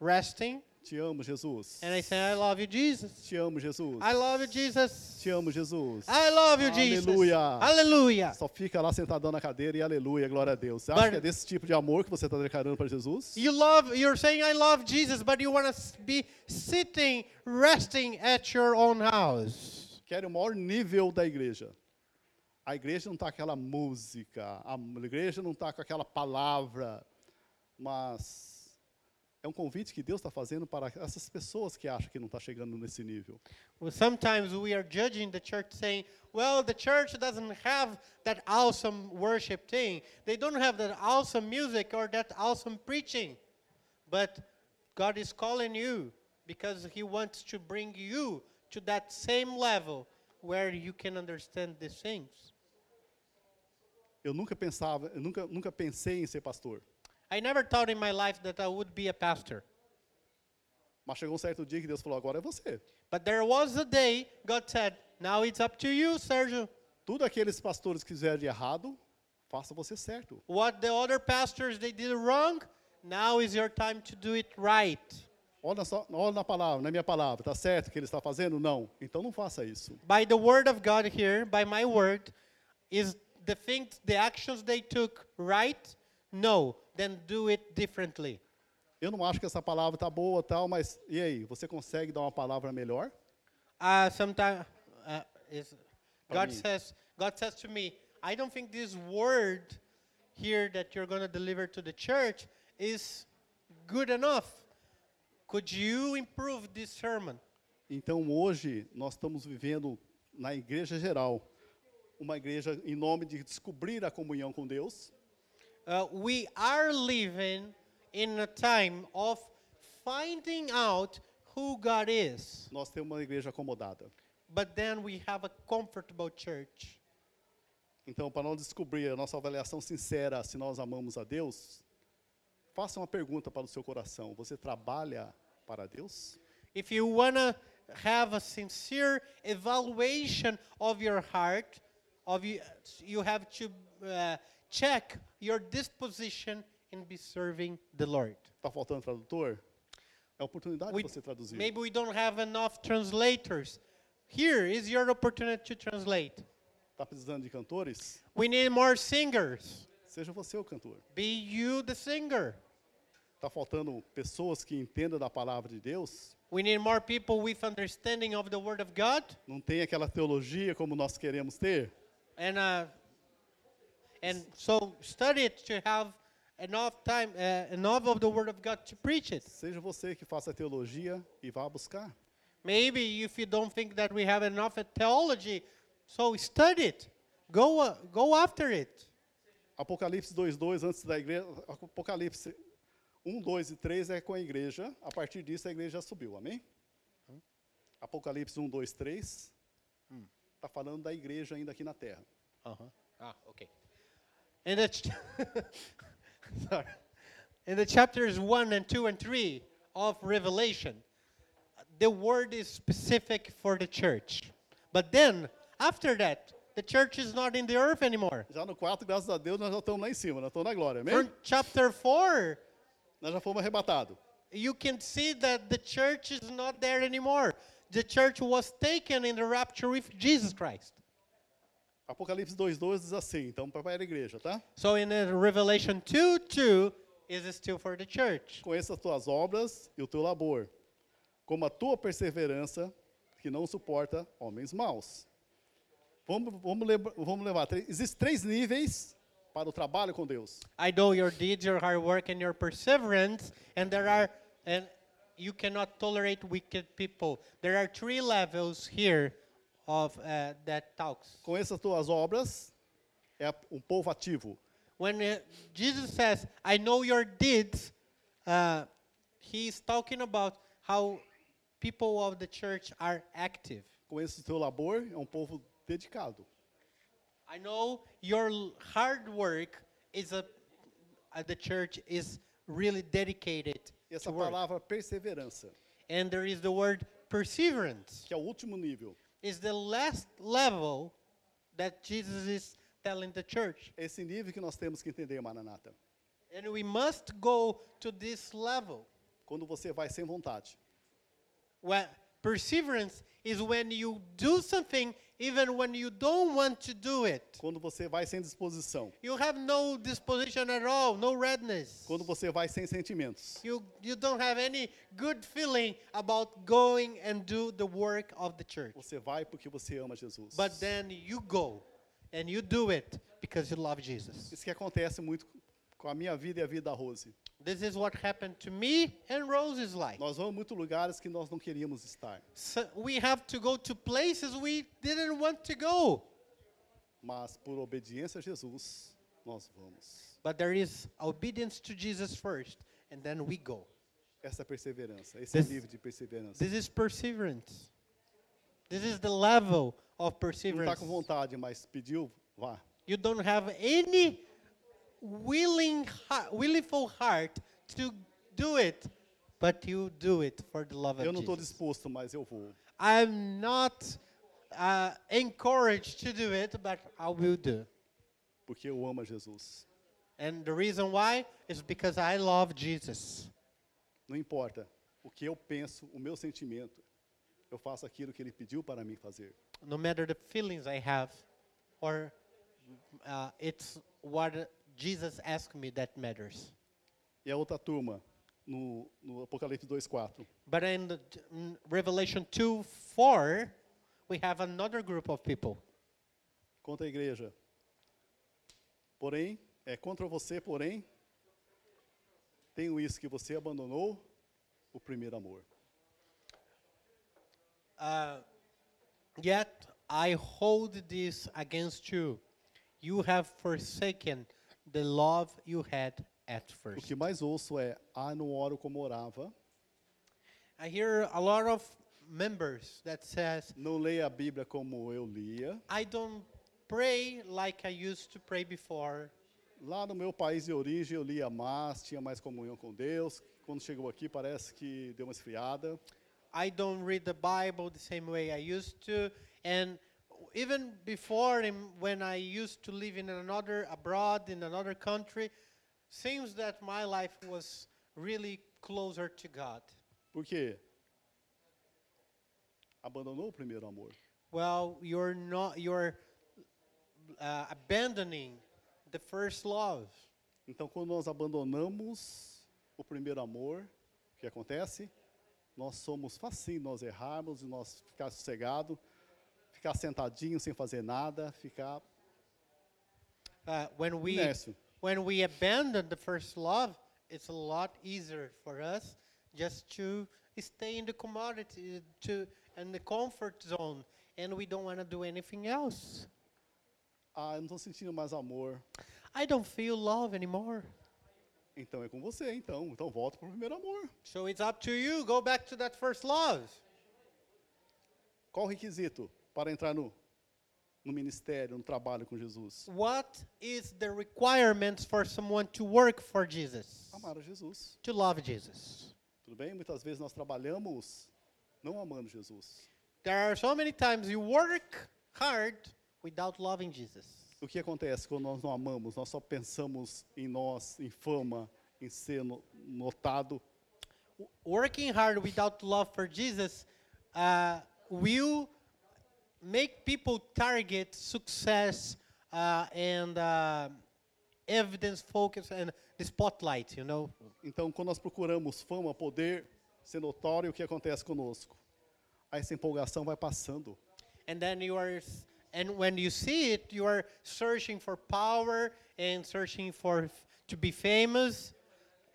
Speaker 2: resting,
Speaker 1: Te amo, Jesus.
Speaker 2: and I say, I love you, Jesus.
Speaker 1: Te amo, Jesus.
Speaker 2: I love you, Jesus.
Speaker 1: Te amo, Jesus.
Speaker 2: I love you, Jesus.
Speaker 1: Aleluia.
Speaker 2: Hallelujah.
Speaker 1: Só fica lá sentadão na cadeira e aleluia, glória a Deus. Você acha
Speaker 2: Mas-
Speaker 1: que é desse tipo de amor que você está declarando para Jesus?
Speaker 2: You love, you're saying, I love Jesus, but you want to be sitting, resting at your own house.
Speaker 1: Quero o maior nível da igreja. A igreja não está com aquela música, a igreja não está com aquela palavra, mas é um convite que Deus está fazendo para essas pessoas que acham que não está chegando nesse nível.
Speaker 2: Well, sometimes we are judging the church saying, well, the church doesn't have that awesome worship thing. They don't have that awesome music or that awesome preaching. But God is calling you because He wants to bring you to that same level where you can understand these things.
Speaker 1: Eu nunca pensava, eu nunca, nunca pensei em ser pastor,
Speaker 2: I never thought in my life that I would be a pastor.
Speaker 1: mas chegou um certo dia que Deus falou: agora é você.
Speaker 2: But there was a day God said, Now it's up to you, Sergio.
Speaker 1: Tudo aqueles pastores que fizeram de errado, faça você certo.
Speaker 2: What the other pastors they did wrong, now is your time to do it right.
Speaker 1: Olha, só, olha na palavra, na minha palavra, está certo o que ele está fazendo? Não. Então não faça isso.
Speaker 2: By the word of God here, by my word, is the things the actions they took right? No, then do it differently.
Speaker 1: Eu não acho que essa palavra está boa tal, mas e aí? Você consegue dar uma palavra melhor?
Speaker 2: Uh, sometimes uh, is God
Speaker 1: me.
Speaker 2: says God says to me, I don't think this word here that you're going to deliver to the church is good enough. Could you improve this sermon?
Speaker 1: Então hoje nós estamos vivendo na igreja geral, uma igreja em nome de descobrir a comunhão com Deus,
Speaker 2: Uh, we are living in a time of finding out who God is,
Speaker 1: nós temos uma igreja acomodada.
Speaker 2: but then we have a comfortable church.
Speaker 1: Então, para nós descobrir a nossa avaliação sincera se nós amamos a Deus, faça uma pergunta para o seu coração: você trabalha para Deus?
Speaker 2: If you want to have a sincere evaluation of your heart, of you, you have to uh, check your disposition in be serving the Lord.
Speaker 1: Está Tá faltando tradutor? É a oportunidade
Speaker 2: We-
Speaker 1: de você traduzir.
Speaker 2: maybe we don't have enough translators. Here is your opportunity to translate.
Speaker 1: Está Tá precisando de cantores?
Speaker 2: We need more singers.
Speaker 1: Seja você o cantor.
Speaker 2: Be you the singer.
Speaker 1: Está Tá faltando pessoas que entendam da palavra de Deus?
Speaker 2: We need more people with understanding of the Word of God
Speaker 1: Não tem aquela teologia como nós queremos ter?
Speaker 2: and uh, and so study it to have enough time, uh, enough of the Word of God to preach it.
Speaker 1: Seja você que faça a teologia e vá buscar.
Speaker 2: Maybe if you don't think that we have enough theology, so study it. Go uh, go after it.
Speaker 1: Apocalipse 2:2 antes da igreja, Apocalipse 1, 2 e 3 é com a igreja. A partir disso a igreja subiu, amém? Apocalipse 1, 2, 3 está tá falando da igreja ainda aqui na terra.
Speaker 2: Uh-huh. Ah, okay. In the ch- sorry. In the chapters 1 and 2 and 3 of Revelation, the word is specific for the church. But then, after that, the church is not in the earth anymore.
Speaker 1: Já no 4, graças a Deus, nós já estamos lá em cima, nós estamos na glória, amém?
Speaker 2: From chapter 4,
Speaker 1: Nós já fomos arrebatados.
Speaker 2: you can see that the church is not there anymore. The church was taken in the rapture with Jesus Christ.
Speaker 1: Apocalipse 2:2 diz assim, então para a igreja, tá?
Speaker 2: So in uh, Revelation 2 2 is still for the church.
Speaker 1: Conheça as tuas obras e o teu labor, como a tua perseverança, que não suporta homens maus. Vamos, vamos, lembra- vamos levar. três- Existem três níveis para o trabalho com Deus.
Speaker 2: I know your deeds, your hard work, and your perseverance, and there are and you cannot tolerate wicked people. There are three levels here of uh, that talks.
Speaker 1: Conheça as tuas obras, é a- um povo ativo.
Speaker 2: When uh, Jesus says, "I know your deeds," uh, he is talking about how people of the church are active.
Speaker 1: Conheça o teu labor, é um povo dedicado.
Speaker 2: I know your l- hard work is a uh, the church is really dedicated
Speaker 1: E
Speaker 2: to
Speaker 1: essa
Speaker 2: work.
Speaker 1: palavra perseverança,
Speaker 2: And there is the word perseverance.
Speaker 1: que é o último nível.
Speaker 2: is the last level that Jesus is telling the church.
Speaker 1: É esse nível que nós temos que entender, Maranata.
Speaker 2: And we must go to this level.
Speaker 1: Quando você vai sem vontade.
Speaker 2: Where perseverance is when you do something even when you don't want to do it.
Speaker 1: Quando você vai sem disposição.
Speaker 2: You have no disposition at all, no redness.
Speaker 1: Quando você vai sem sentimentos.
Speaker 2: You, you don't have any good feeling about going and do the work of the church.
Speaker 1: Você vai porque você ama Jesus.
Speaker 2: But then you go and you do it because you love Jesus.
Speaker 1: Isso que acontece muito com a minha vida e a vida da Rose.
Speaker 2: This is what happened to me and Rose's life.
Speaker 1: Nós vamos a muitos lugares que nós não queríamos estar,
Speaker 2: So we have to go to places we didn't want to go.
Speaker 1: mas por obediência a Jesus, nós vamos.
Speaker 2: But there is obedience to Jesus first, and then we go.
Speaker 1: Essa é perseverança, esse
Speaker 2: This-
Speaker 1: nível de perseverança. tá
Speaker 2: This is perseverance. This is the level of
Speaker 1: Não está
Speaker 2: perseverance.
Speaker 1: com vontade, mas pediu, vá.
Speaker 2: You don't have any willing, heart, willful heart to do it, but you do it for the love
Speaker 1: Eu
Speaker 2: of
Speaker 1: não estou
Speaker 2: Jesus.
Speaker 1: disposto, mas eu vou.
Speaker 2: I'm not uh, encouraged to do it, but I will do.
Speaker 1: Porque eu amo a Jesus.
Speaker 2: And the reason why is because I love Jesus.
Speaker 1: Não importa o que eu penso, o meu sentimento. Eu faço aquilo que ele pediu para mim fazer.
Speaker 2: No matter the feelings I have, or uh, it's what Jesus asked me that matters.
Speaker 1: E a outra turma, no, no Apocalipse 2,4.
Speaker 2: But in the, in Revelation 2 4, we have another group of people.
Speaker 1: contra a igreja. Porém, é contra você, porém, tenho isso que você abandonou o primeiro amor.
Speaker 2: Uh, Yet I hold this against you. You have forsaken the love you had at
Speaker 1: O
Speaker 2: first.
Speaker 1: que mais ouço é: ah, não oro como orava,
Speaker 2: I hear a lot of members that says
Speaker 1: não leio a Bíblia como eu lia,
Speaker 2: I don't pray like I used to pray before.
Speaker 1: Lá no meu país de origem, eu lia mais, tinha mais comunhão com Deus. Quando chegou aqui, parece que deu uma esfriada.
Speaker 2: I don't read the Bible the same way I used to. And even before, in- when I used to live in another, abroad, in another country, seems that my life was really closer to God.
Speaker 1: Por quê? Abandonou o primeiro amor.
Speaker 2: Well, you're not, you're uh, abandoning the first love.
Speaker 1: Então, quando nós abandonamos o primeiro amor, o que acontece? Nós somos facinho, nós errarmos, e nós ficar sossegado, ficar sentadinho sem fazer nada, ficar
Speaker 2: Uh, when we
Speaker 1: Inércio.
Speaker 2: when we abandon the first love, it's a lot easier for us just to stay in the commodity to and the comfort zone, and we don't want to do anything else.
Speaker 1: ah, eu não estou sentindo mais amor.
Speaker 2: I don't feel love anymore.
Speaker 1: Então é com você, então. Então volta para o primeiro amor.
Speaker 2: So it's up to you. Go back to that first love.
Speaker 1: Qual o requisito para entrar no, no ministério, no trabalho com Jesus?
Speaker 2: What is the requirements for someone to work for Jesus?
Speaker 1: Amar a Jesus.
Speaker 2: To love Jesus.
Speaker 1: Tudo bem? Muitas vezes nós trabalhamos não amando Jesus.
Speaker 2: There are so many times you work hard without loving Jesus.
Speaker 1: O que acontece quando nós não amamos? Nós só pensamos em nós, em fama, em ser no- notado.
Speaker 2: working hard without love for Jesus uh, will make people target success uh, and uh, evidence focus and the spotlight, you know.
Speaker 1: Então, quando nós procuramos fama, poder, ser notório, o que acontece conosco? Aí Essa empolgação vai passando.
Speaker 2: And then you are, s- and when you see it, you are searching for power and searching for f- to be famous.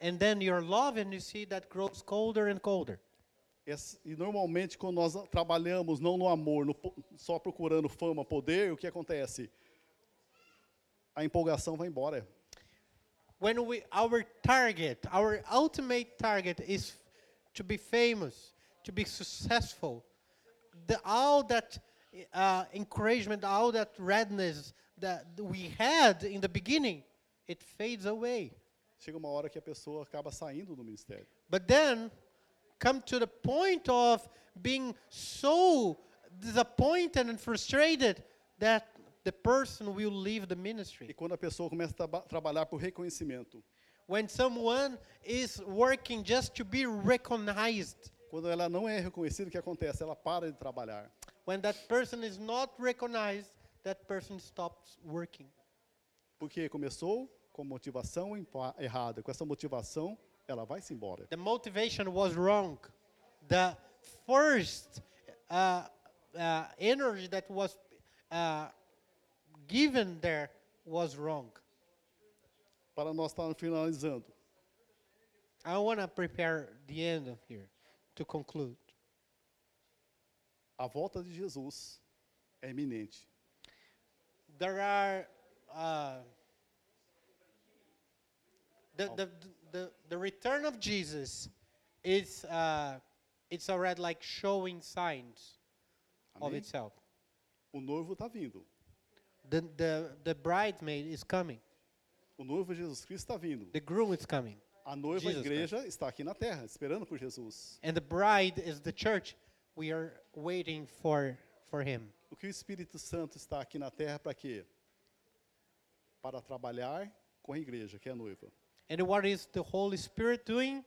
Speaker 2: And then your love, and you see that grows colder and colder.
Speaker 1: Essa- E normalmente quando nós trabalhamos não no amor, no po- só procurando fama, poder, o que acontece? A empolgação vai embora.
Speaker 2: when we our target our ultimate target is to be famous to be successful the, all that uh, encouragement all that redness that we had in the beginning it fades away
Speaker 1: Chega uma hora que a pessoa acaba saindo do ministério.
Speaker 2: but then come to the point of being so disappointed and frustrated that the person will leave the ministry
Speaker 1: E quando a pessoa começa a traba- trabalhar por reconhecimento,
Speaker 2: when someone is working just to be recognized
Speaker 1: quando ela não é reconhecida, o que acontece? Ela para de trabalhar.
Speaker 2: when that person is not recognized that person stops working
Speaker 1: Porque começou com motivação empa- errada. Com essa motivação, ela vai se embora.
Speaker 2: the motivation was wrong the first uh, uh, energy that was uh, given there was wrong
Speaker 1: Para nós estarmos finalizando,
Speaker 2: i want to prepare the end of here to conclude
Speaker 1: a volta de Jesus é iminente.
Speaker 2: there are uh, the, the, the, the return of Jesus is uh, it's already like showing signs of
Speaker 1: Amém?
Speaker 2: itself.
Speaker 1: O noivo está vindo.
Speaker 2: The, the, the bridesmaid is coming.
Speaker 1: O noivo Jesus Cristo está vindo.
Speaker 2: The groom is coming.
Speaker 1: A noiva
Speaker 2: Jesus
Speaker 1: igreja está aqui na terra, esperando por Jesus.
Speaker 2: And the bride is the church. We are waiting for, for him.
Speaker 1: O que o Espírito Santo está aqui na terra para quê? Para trabalhar com a igreja, que é a noiva.
Speaker 2: And what is the Holy Spirit doing?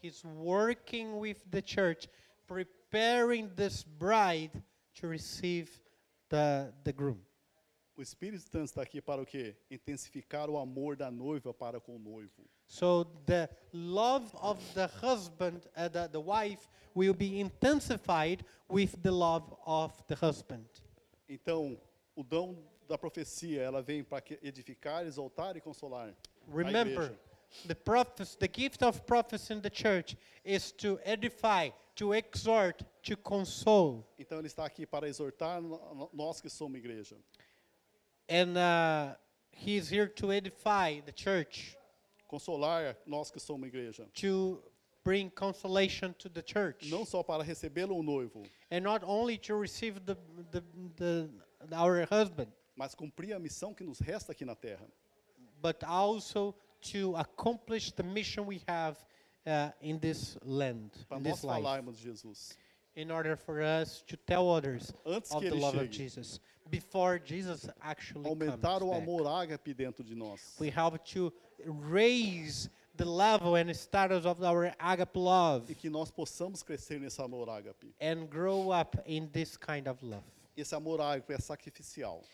Speaker 2: He's working with the church, preparing this bride to receive the, the groom.
Speaker 1: O Espírito Santo está aqui para o quê? Intensificar o amor da noiva para com o noivo.
Speaker 2: So the love of the husband, uh, the, the wife, will be intensified with the love of the husband.
Speaker 1: Então, o dom da profecia, ela vem para que- edificar, exaltar e consolar. a
Speaker 2: Remember,
Speaker 1: igreja.
Speaker 2: the prophes- the gift of prophecy in the church is to edify, to exhort, to console.
Speaker 1: Então, ele está aqui para exortar no- no- nós que somos igreja.
Speaker 2: And uh, he is here to edify the church,
Speaker 1: Consolar nós que somos igreja.
Speaker 2: to bring consolation to the church.
Speaker 1: Não só para recebê-lo o noivo,
Speaker 2: And not only to receive the, the, the, our husband,
Speaker 1: mas cumprir a missão que nos resta aqui na terra.
Speaker 2: but also to accomplish the mission we have uh, in this land,
Speaker 1: Para
Speaker 2: in
Speaker 1: nós
Speaker 2: this life,
Speaker 1: falarmos de Jesus.
Speaker 2: in order for us to tell others
Speaker 1: Antes
Speaker 2: of
Speaker 1: que
Speaker 2: the
Speaker 1: ele
Speaker 2: love of
Speaker 1: chegue.
Speaker 2: Jesus before Jesus actually
Speaker 1: Aumentar
Speaker 2: comes
Speaker 1: o
Speaker 2: back.
Speaker 1: amor ágape dentro de nós.
Speaker 2: We have to raise the level and status of our agape love
Speaker 1: E que nós possamos crescer nesse amor ágape.
Speaker 2: and grow up in this kind of love.
Speaker 1: Esse amor ágape é sacrificial.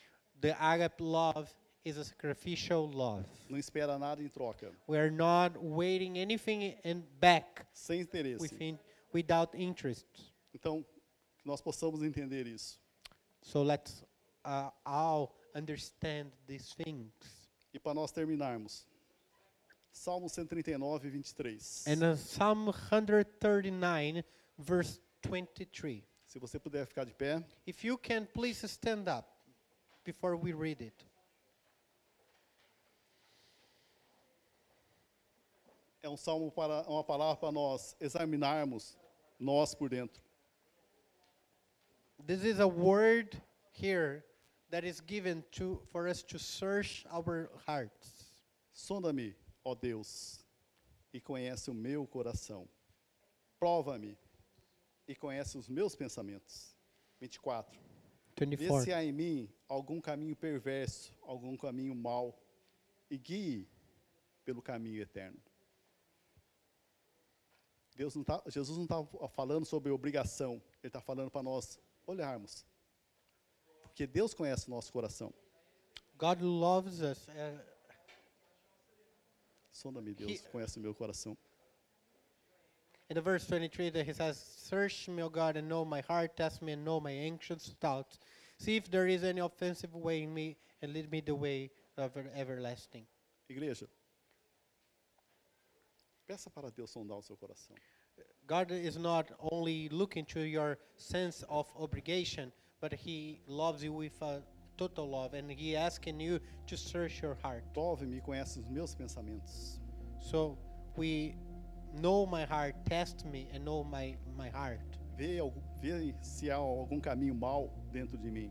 Speaker 2: The agape love is a sacrificial love.
Speaker 1: Não espera nada em troca.
Speaker 2: We are not waiting anything in back
Speaker 1: Sem interesse.
Speaker 2: within, without interest.
Speaker 1: Então, que nós possamos entender isso.
Speaker 2: So let's uh, all understand these things.
Speaker 1: E para nós terminarmos. Salmo 139, 23.
Speaker 2: And uh, Psalm 139, verse 23.
Speaker 1: Se você puder ficar de pé.
Speaker 2: If you can please stand up before we read it.
Speaker 1: É um salmo para é uma palavra para nós examinarmos nós por dentro.
Speaker 2: This is a word here that is given to for us to search our hearts.
Speaker 1: Sonda-me, ó Deus, e conhece o meu coração. Prova-me e conhece os meus pensamentos. 24. Vê
Speaker 2: 24.
Speaker 1: se há em mim algum caminho perverso, algum caminho mau, e guie pelo caminho eterno. Deus não tá, Jesus não está falando sobre obrigação, ele está falando para nós olharmos. Porque Deus conhece o nosso coração.
Speaker 2: God loves us. Uh,
Speaker 1: Sonda-me, Deus,
Speaker 2: He-
Speaker 1: conhece o meu coração.
Speaker 2: in the verse 23 that he says search me o god and know my heart test me and know my anxious thoughts see if there is any offensive way in me and lead me the way of ever- everlasting
Speaker 1: Igreja, peça para Deus sondar o seu coração.
Speaker 2: god is not only looking to your sense of obligation but he loves you with a total love and he asking you to search your heart
Speaker 1: Prove-me e conhece os meus pensamentos.
Speaker 2: so we know my heart test me and know my, my heart
Speaker 1: Vê, algu- vê se há algum caminho mau dentro de mim.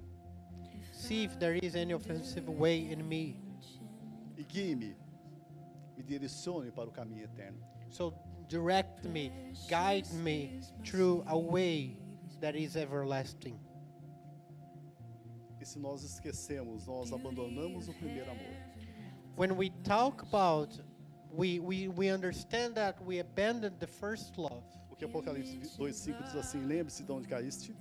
Speaker 2: see if there is any offensive way in me
Speaker 1: E guie-me, me direcione para o caminho eterno.
Speaker 2: So direct me, guide me through a way that is everlasting.
Speaker 1: E se nós esquecemos, nós abandonamos o primeiro amor.
Speaker 2: When we talk about, we, we, we understand that we abandoned the first love.
Speaker 1: Porque Apocalipse 2,5 diz assim: Lembre-se de onde caíste,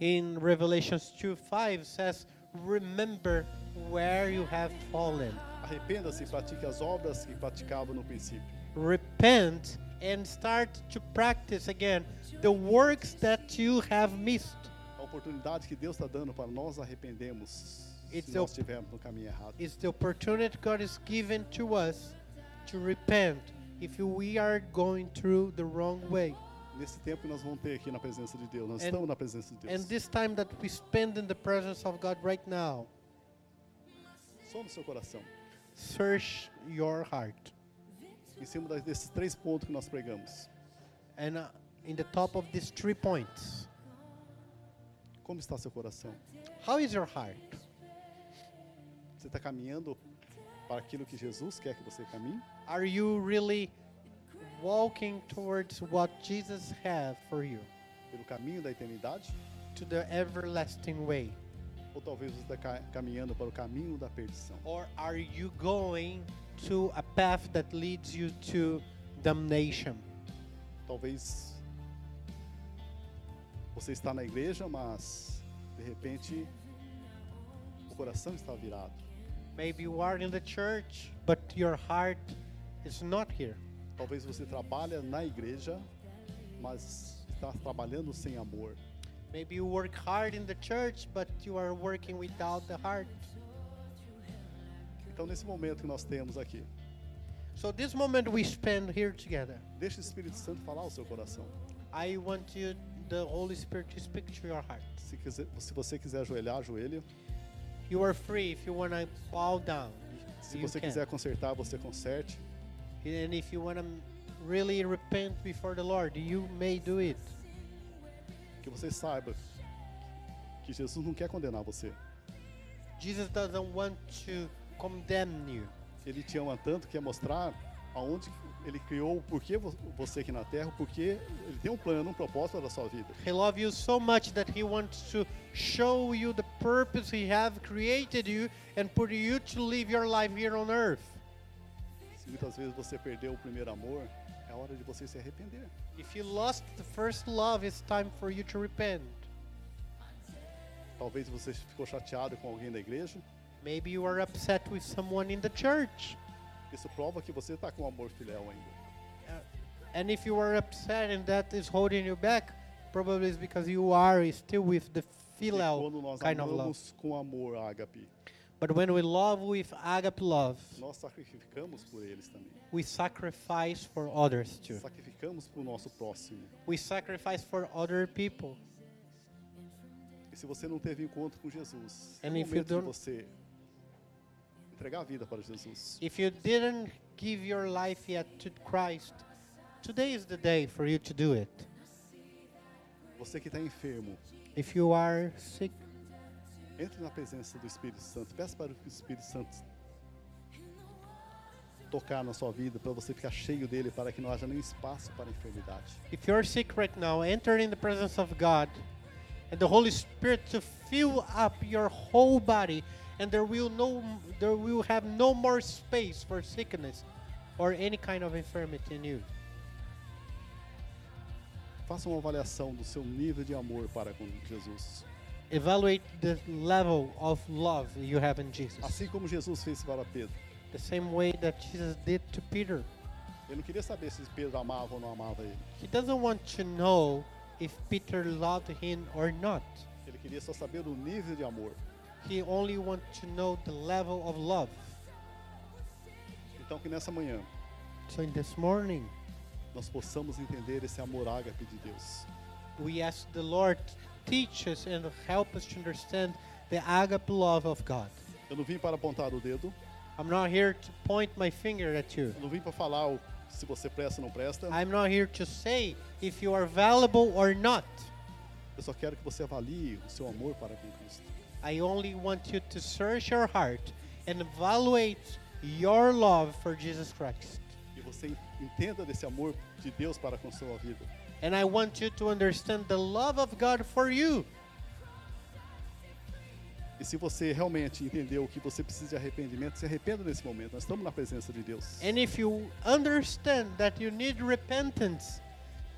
Speaker 2: In Revelations 2 5 says, Remember where you have fallen,
Speaker 1: arrependa-se e pratique as obras que praticava no princípio.
Speaker 2: repent, and start to practice again the works that you have missed.
Speaker 1: A oportunidade que Deus está dando para nós arrependermos
Speaker 2: It's
Speaker 1: se nós
Speaker 2: a-
Speaker 1: estivermos no caminho errado.
Speaker 2: is the opportunity God is giving to us to repent if we are going through the wrong way.
Speaker 1: Nesse tempo que nós vamos ter aqui na presença de Deus, nós
Speaker 2: And-
Speaker 1: estamos na presença de Deus.
Speaker 2: And this time that we spend in the presence of God right now,
Speaker 1: Some o seu coração,
Speaker 2: search your heart.
Speaker 1: em cima das- desses três pontos que nós pregamos.
Speaker 2: And uh, in the top of these three points,
Speaker 1: Como está seu coração?
Speaker 2: how is your heart?
Speaker 1: Você está caminhando para aquilo que Jesus quer que você caminhe?
Speaker 2: Are you really walking towards what Jesus have for you
Speaker 1: Pelo caminho da eternidade?
Speaker 2: to the everlasting way?
Speaker 1: Ou talvez você está ca- caminhando para o caminho da perdição?
Speaker 2: or are you going to a path that leads you to damnation?
Speaker 1: Talvez você está na igreja, mas de repente o coração está virado.
Speaker 2: Maybe you are in the church, but your heart is not here.
Speaker 1: Talvez você trabalha na igreja, mas está trabalhando sem amor.
Speaker 2: Maybe you work hard in the church, but you are working without the heart.
Speaker 1: Então, nesse momento que nós temos aqui,
Speaker 2: So, this moment we spend here together,
Speaker 1: deixe o Espírito Santo falar ao seu coração.
Speaker 2: I want you, the Holy Spirit, to speak to your heart.
Speaker 1: Se, quiser, se você quiser ajoelhar, ajoelha.
Speaker 2: You are free if you want to bow down.
Speaker 1: Se
Speaker 2: you
Speaker 1: você
Speaker 2: can.
Speaker 1: quiser consertar, você conserte.
Speaker 2: And if you want to really repent before the Lord, you may do it.
Speaker 1: Que você saiba que Jesus não quer condenar você.
Speaker 2: Jesus doesn't want to condemn you.
Speaker 1: Ele te ama tanto, quer mostrar aonde ele criou, por que vo- você aqui na Terra, porque ele tem um plano, um propósito da sua vida.
Speaker 2: He loves you so much that he wants to show you the purpose he have created you and put you to live your life here on earth.
Speaker 1: Se muitas vezes você perdeu o primeiro amor, é hora de você se arrepender.
Speaker 2: If you lost the first love, it's time for you to repent.
Speaker 1: Talvez você ficou chateado com alguém da igreja.
Speaker 2: Maybe you are upset with someone in the church.
Speaker 1: Isso prova que você está com o amor filial ainda.
Speaker 2: And if you are upset and that is holding you back, probably it's because you are still with the
Speaker 1: Porque
Speaker 2: filial
Speaker 1: quando nós
Speaker 2: kind of love.
Speaker 1: amamos com amor a ágape,
Speaker 2: But when we love with agape love,
Speaker 1: nós sacrificamos por eles também.
Speaker 2: we sacrifice for others too.
Speaker 1: Sacrificamos para o nosso próximo.
Speaker 2: We sacrifice for other people.
Speaker 1: E se você não teve encontro com Jesus, é
Speaker 2: And
Speaker 1: o
Speaker 2: if you
Speaker 1: momento de
Speaker 2: don't-
Speaker 1: você entregar a vida para Jesus.
Speaker 2: If you didn't give your life yet to Christ, today is the day for you to do it.
Speaker 1: Você que está enfermo,
Speaker 2: If you are sick,
Speaker 1: entre na presença do Espírito Santo. Peça para o Espírito Santo tocar na sua vida, para você ficar cheio dele, para que não haja nem espaço para a enfermidade.
Speaker 2: if you're sick right now, enter in the presence of God and the Holy Spirit to fill up your whole body and there will no there will have no more space for sickness or any kind of infirmity in you.
Speaker 1: Faça uma avaliação do seu nível de amor para com Jesus.
Speaker 2: Evaluate the level of love you have in Jesus.
Speaker 1: Assim como Jesus fez para Pedro.
Speaker 2: The same way that Jesus did to Peter.
Speaker 1: Ele não queria saber se Pedro amava ou não amava ele.
Speaker 2: He doesn't want to know if Peter loved him or not.
Speaker 1: Ele queria só saber o nível de amor.
Speaker 2: He only wants to know the level of love.
Speaker 1: Então que nessa manhã
Speaker 2: So in this morning,
Speaker 1: nós possamos entender esse amor ágape de Deus.
Speaker 2: we ask the Lord to teach us and help us to understand the agape love of God.
Speaker 1: Eu não vim para apontar o dedo,
Speaker 2: I'm not here to point my finger at you.
Speaker 1: eu não vim para falar o- se você presta ou não presta.
Speaker 2: I'm not here to say if you are valuable or not.
Speaker 1: Eu só quero que você avalie o seu amor para com Cristo.
Speaker 2: I only want you to search your heart and evaluate your love for Jesus Christ.
Speaker 1: E você entenda desse amor de Deus para com sua vida.
Speaker 2: And I want you to understand the love of God for you.
Speaker 1: E se você realmente entendeu que você precisa de arrependimento, se arrependa nesse momento. Nós estamos na presença de Deus.
Speaker 2: And if you understand that you need repentance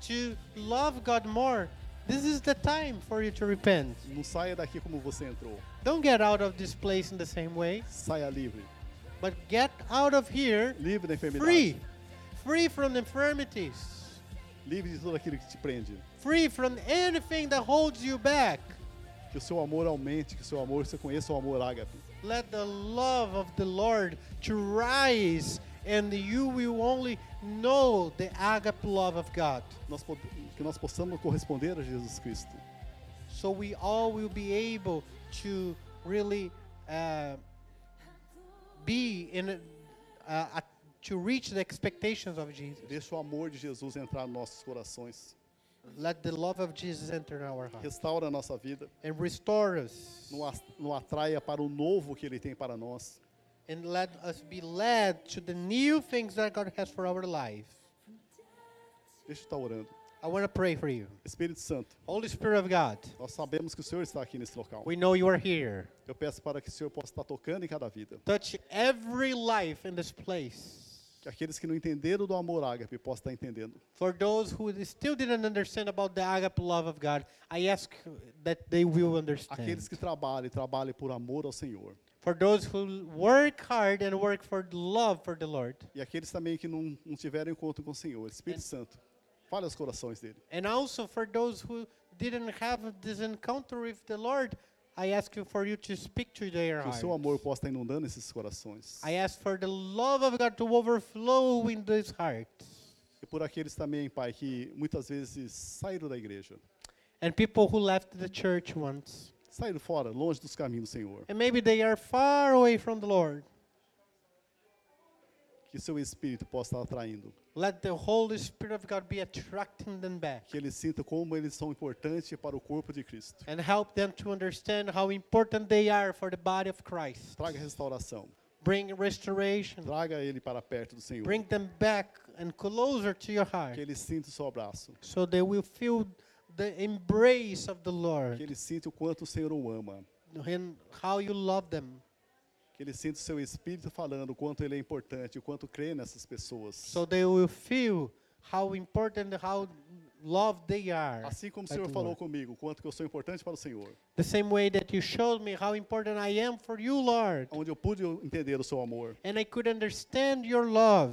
Speaker 2: to love God more, this is the time for you to repent.
Speaker 1: Não saia daqui como você entrou.
Speaker 2: Don't get out of this place in the same way,
Speaker 1: Saia livre.
Speaker 2: but get out of here
Speaker 1: Livre da enfermidade.
Speaker 2: free. Free from infirmities.
Speaker 1: Livre de tudo aquilo que te prende.
Speaker 2: Free from anything that holds you back.
Speaker 1: Que o seu amor aumente, que o seu amor, você conheça o amor ágape.
Speaker 2: Let the love of the Lord to rise and you will only know the agape love of God.
Speaker 1: Nós pod- que nós possamos corresponder a Jesus Cristo.
Speaker 2: so we all will be able to really uh, be in a, uh, a- to reach the expectations of Jesus.
Speaker 1: Deixa o amor de Jesus entrar nos nossos corações.
Speaker 2: Let the love of Jesus enter our heart
Speaker 1: Restaura a nossa vida.
Speaker 2: and restore us,
Speaker 1: Não as- não atraia para o novo que Ele tem para nós.
Speaker 2: and let us be led to the new things that God has for our life.
Speaker 1: Deixa eu estar orando.
Speaker 2: I want to pray for you,
Speaker 1: Espírito Santo,
Speaker 2: Holy Spirit of God.
Speaker 1: nós sabemos que o Senhor está aqui nesse local.
Speaker 2: We know you are here.
Speaker 1: Eu peço para que o Senhor possa estar tocando em cada vida.
Speaker 2: Touch every life in this place.
Speaker 1: Que aqueles que não entenderam do amor ágape possam estar entendendo.
Speaker 2: For those who still didn't understand about the agape love of God, I ask that they will understand.
Speaker 1: Aqueles que trabalham, e trabalham por amor ao Senhor.
Speaker 2: For those who work hard and work for the love for the Lord.
Speaker 1: E aqueles também que não, não tiveram encontro com o Senhor. Espírito Santo, fale aos corações dele.
Speaker 2: And also for those who didn't have this encounter with the Lord, I ask you for you to speak to their
Speaker 1: Que o seu amor
Speaker 2: hearts.
Speaker 1: possa estar inundando esses corações.
Speaker 2: I ask for the love of God to overflow in these hearts.
Speaker 1: E por aqueles também, Pai, que muitas vezes saíram da igreja.
Speaker 2: And people who left the church once.
Speaker 1: Saíram fora, longe dos caminhos do Senhor.
Speaker 2: And maybe they are far away from the Lord.
Speaker 1: que seu espírito possa estar atraindo,
Speaker 2: Let the Holy Spirit of God be attracting them back
Speaker 1: que eles sintam como eles são importantes para o corpo de Cristo.
Speaker 2: and help them to understand how important they are for the body of Christ.
Speaker 1: Traga restauração,
Speaker 2: Bring restoration.
Speaker 1: traga ele para perto do Senhor,
Speaker 2: Bring them back and closer to your
Speaker 1: que
Speaker 2: heart
Speaker 1: ele sinta o seu abraço,
Speaker 2: so they will feel the embrace of the
Speaker 1: que
Speaker 2: Lord
Speaker 1: ele sinta o quanto o Senhor o ama,
Speaker 2: and how you love them.
Speaker 1: que ele sinta o seu espírito falando o quanto ele é importante, o quanto crê nessas pessoas.
Speaker 2: So they will feel how important, how loved they are.
Speaker 1: Assim como o
Speaker 2: by
Speaker 1: Senhor
Speaker 2: the
Speaker 1: falou
Speaker 2: Lord.
Speaker 1: comigo, o quanto que eu sou importante para o Senhor,
Speaker 2: The same way that you showed me how important I am for you, Lord,
Speaker 1: onde eu pude entender o seu amor,
Speaker 2: and I could understand your love.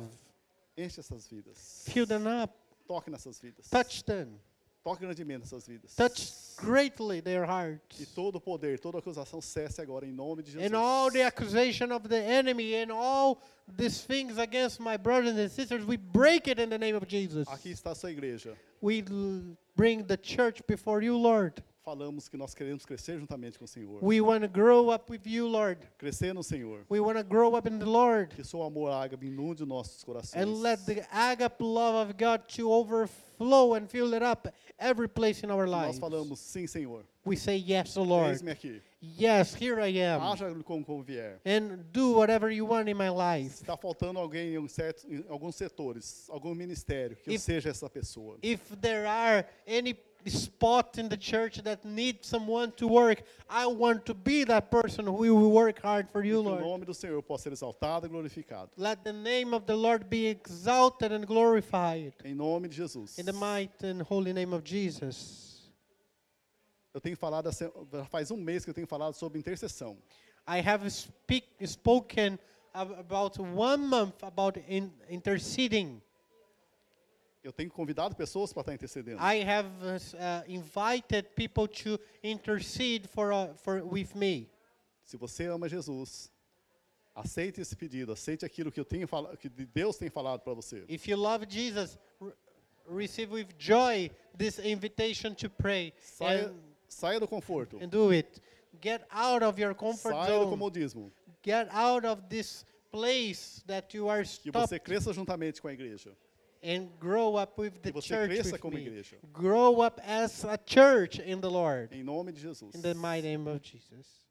Speaker 1: enche essas vidas,
Speaker 2: Fill them up,
Speaker 1: toque nessas vidas,
Speaker 2: touch them,
Speaker 1: toque grandemente nessas vidas.
Speaker 2: touch greatly their
Speaker 1: E
Speaker 2: hearts.
Speaker 1: todo o poder, toda acusação cesse agora em nome de Jesus.
Speaker 2: And all the accusation of the enemy and all these things against my brothers and sisters, we break it in the name of Jesus.
Speaker 1: Aqui está a sua igreja.
Speaker 2: We l- bring the church before you, Lord.
Speaker 1: Falamos que nós queremos crescer juntamente com o Senhor.
Speaker 2: We want to grow up with you, Lord.
Speaker 1: Crescer no Senhor.
Speaker 2: We want to grow up in the Lord.
Speaker 1: Que seu amor ágape inunde os nossos corações.
Speaker 2: and let the agape love of God to overflow and fill it up every place in our
Speaker 1: Nós
Speaker 2: lives.
Speaker 1: falamos, sim, Senhor.
Speaker 2: We say yes, O Lord.
Speaker 1: Eis-me aqui.
Speaker 2: Yes, here I am.
Speaker 1: Haja como convier.
Speaker 2: And do whatever you want in my life.
Speaker 1: Está faltando alguém em, um certo, em alguns setores, algum ministério, que eu
Speaker 2: If-
Speaker 1: seja essa pessoa.
Speaker 2: If there are any spot in the church that needs someone to work, I want to be that person who will work hard for
Speaker 1: que
Speaker 2: you,
Speaker 1: o
Speaker 2: Lord.
Speaker 1: nome do Senhor possa ser exaltado e glorificado.
Speaker 2: Let the name of the Lord be exalted and glorified.
Speaker 1: Em nome de Jesus.
Speaker 2: In the mighty and holy name of Jesus.
Speaker 1: Eu tenho falado, essa- faz um mês que eu tenho falado sobre intercessão.
Speaker 2: I have speak, spoken ab- about one month about in, interceding.
Speaker 1: Eu tenho convidado pessoas para estar intercedendo.
Speaker 2: I have uh, s- uh, invited people to intercede for, uh, for with me.
Speaker 1: Se você ama Jesus, aceite esse pedido, aceite aquilo que eu tenho falado, que de- Deus tem falado para você.
Speaker 2: If you love Jesus, re- receive with joy this invitation to pray
Speaker 1: Saia,
Speaker 2: and,
Speaker 1: saia do conforto,
Speaker 2: and do it. Get out of your comfort
Speaker 1: saia do
Speaker 2: zone.
Speaker 1: comodismo,
Speaker 2: Get out of this place that you are
Speaker 1: que
Speaker 2: stuck
Speaker 1: você cresça juntamente com a igreja.
Speaker 2: and grow up with
Speaker 1: Que
Speaker 2: the
Speaker 1: você
Speaker 2: church
Speaker 1: cresça
Speaker 2: with
Speaker 1: como
Speaker 2: me.
Speaker 1: igreja.
Speaker 2: Grow up as a church in the Lord.
Speaker 1: Em nome de Jesus.
Speaker 2: In the mighty name of Jesus.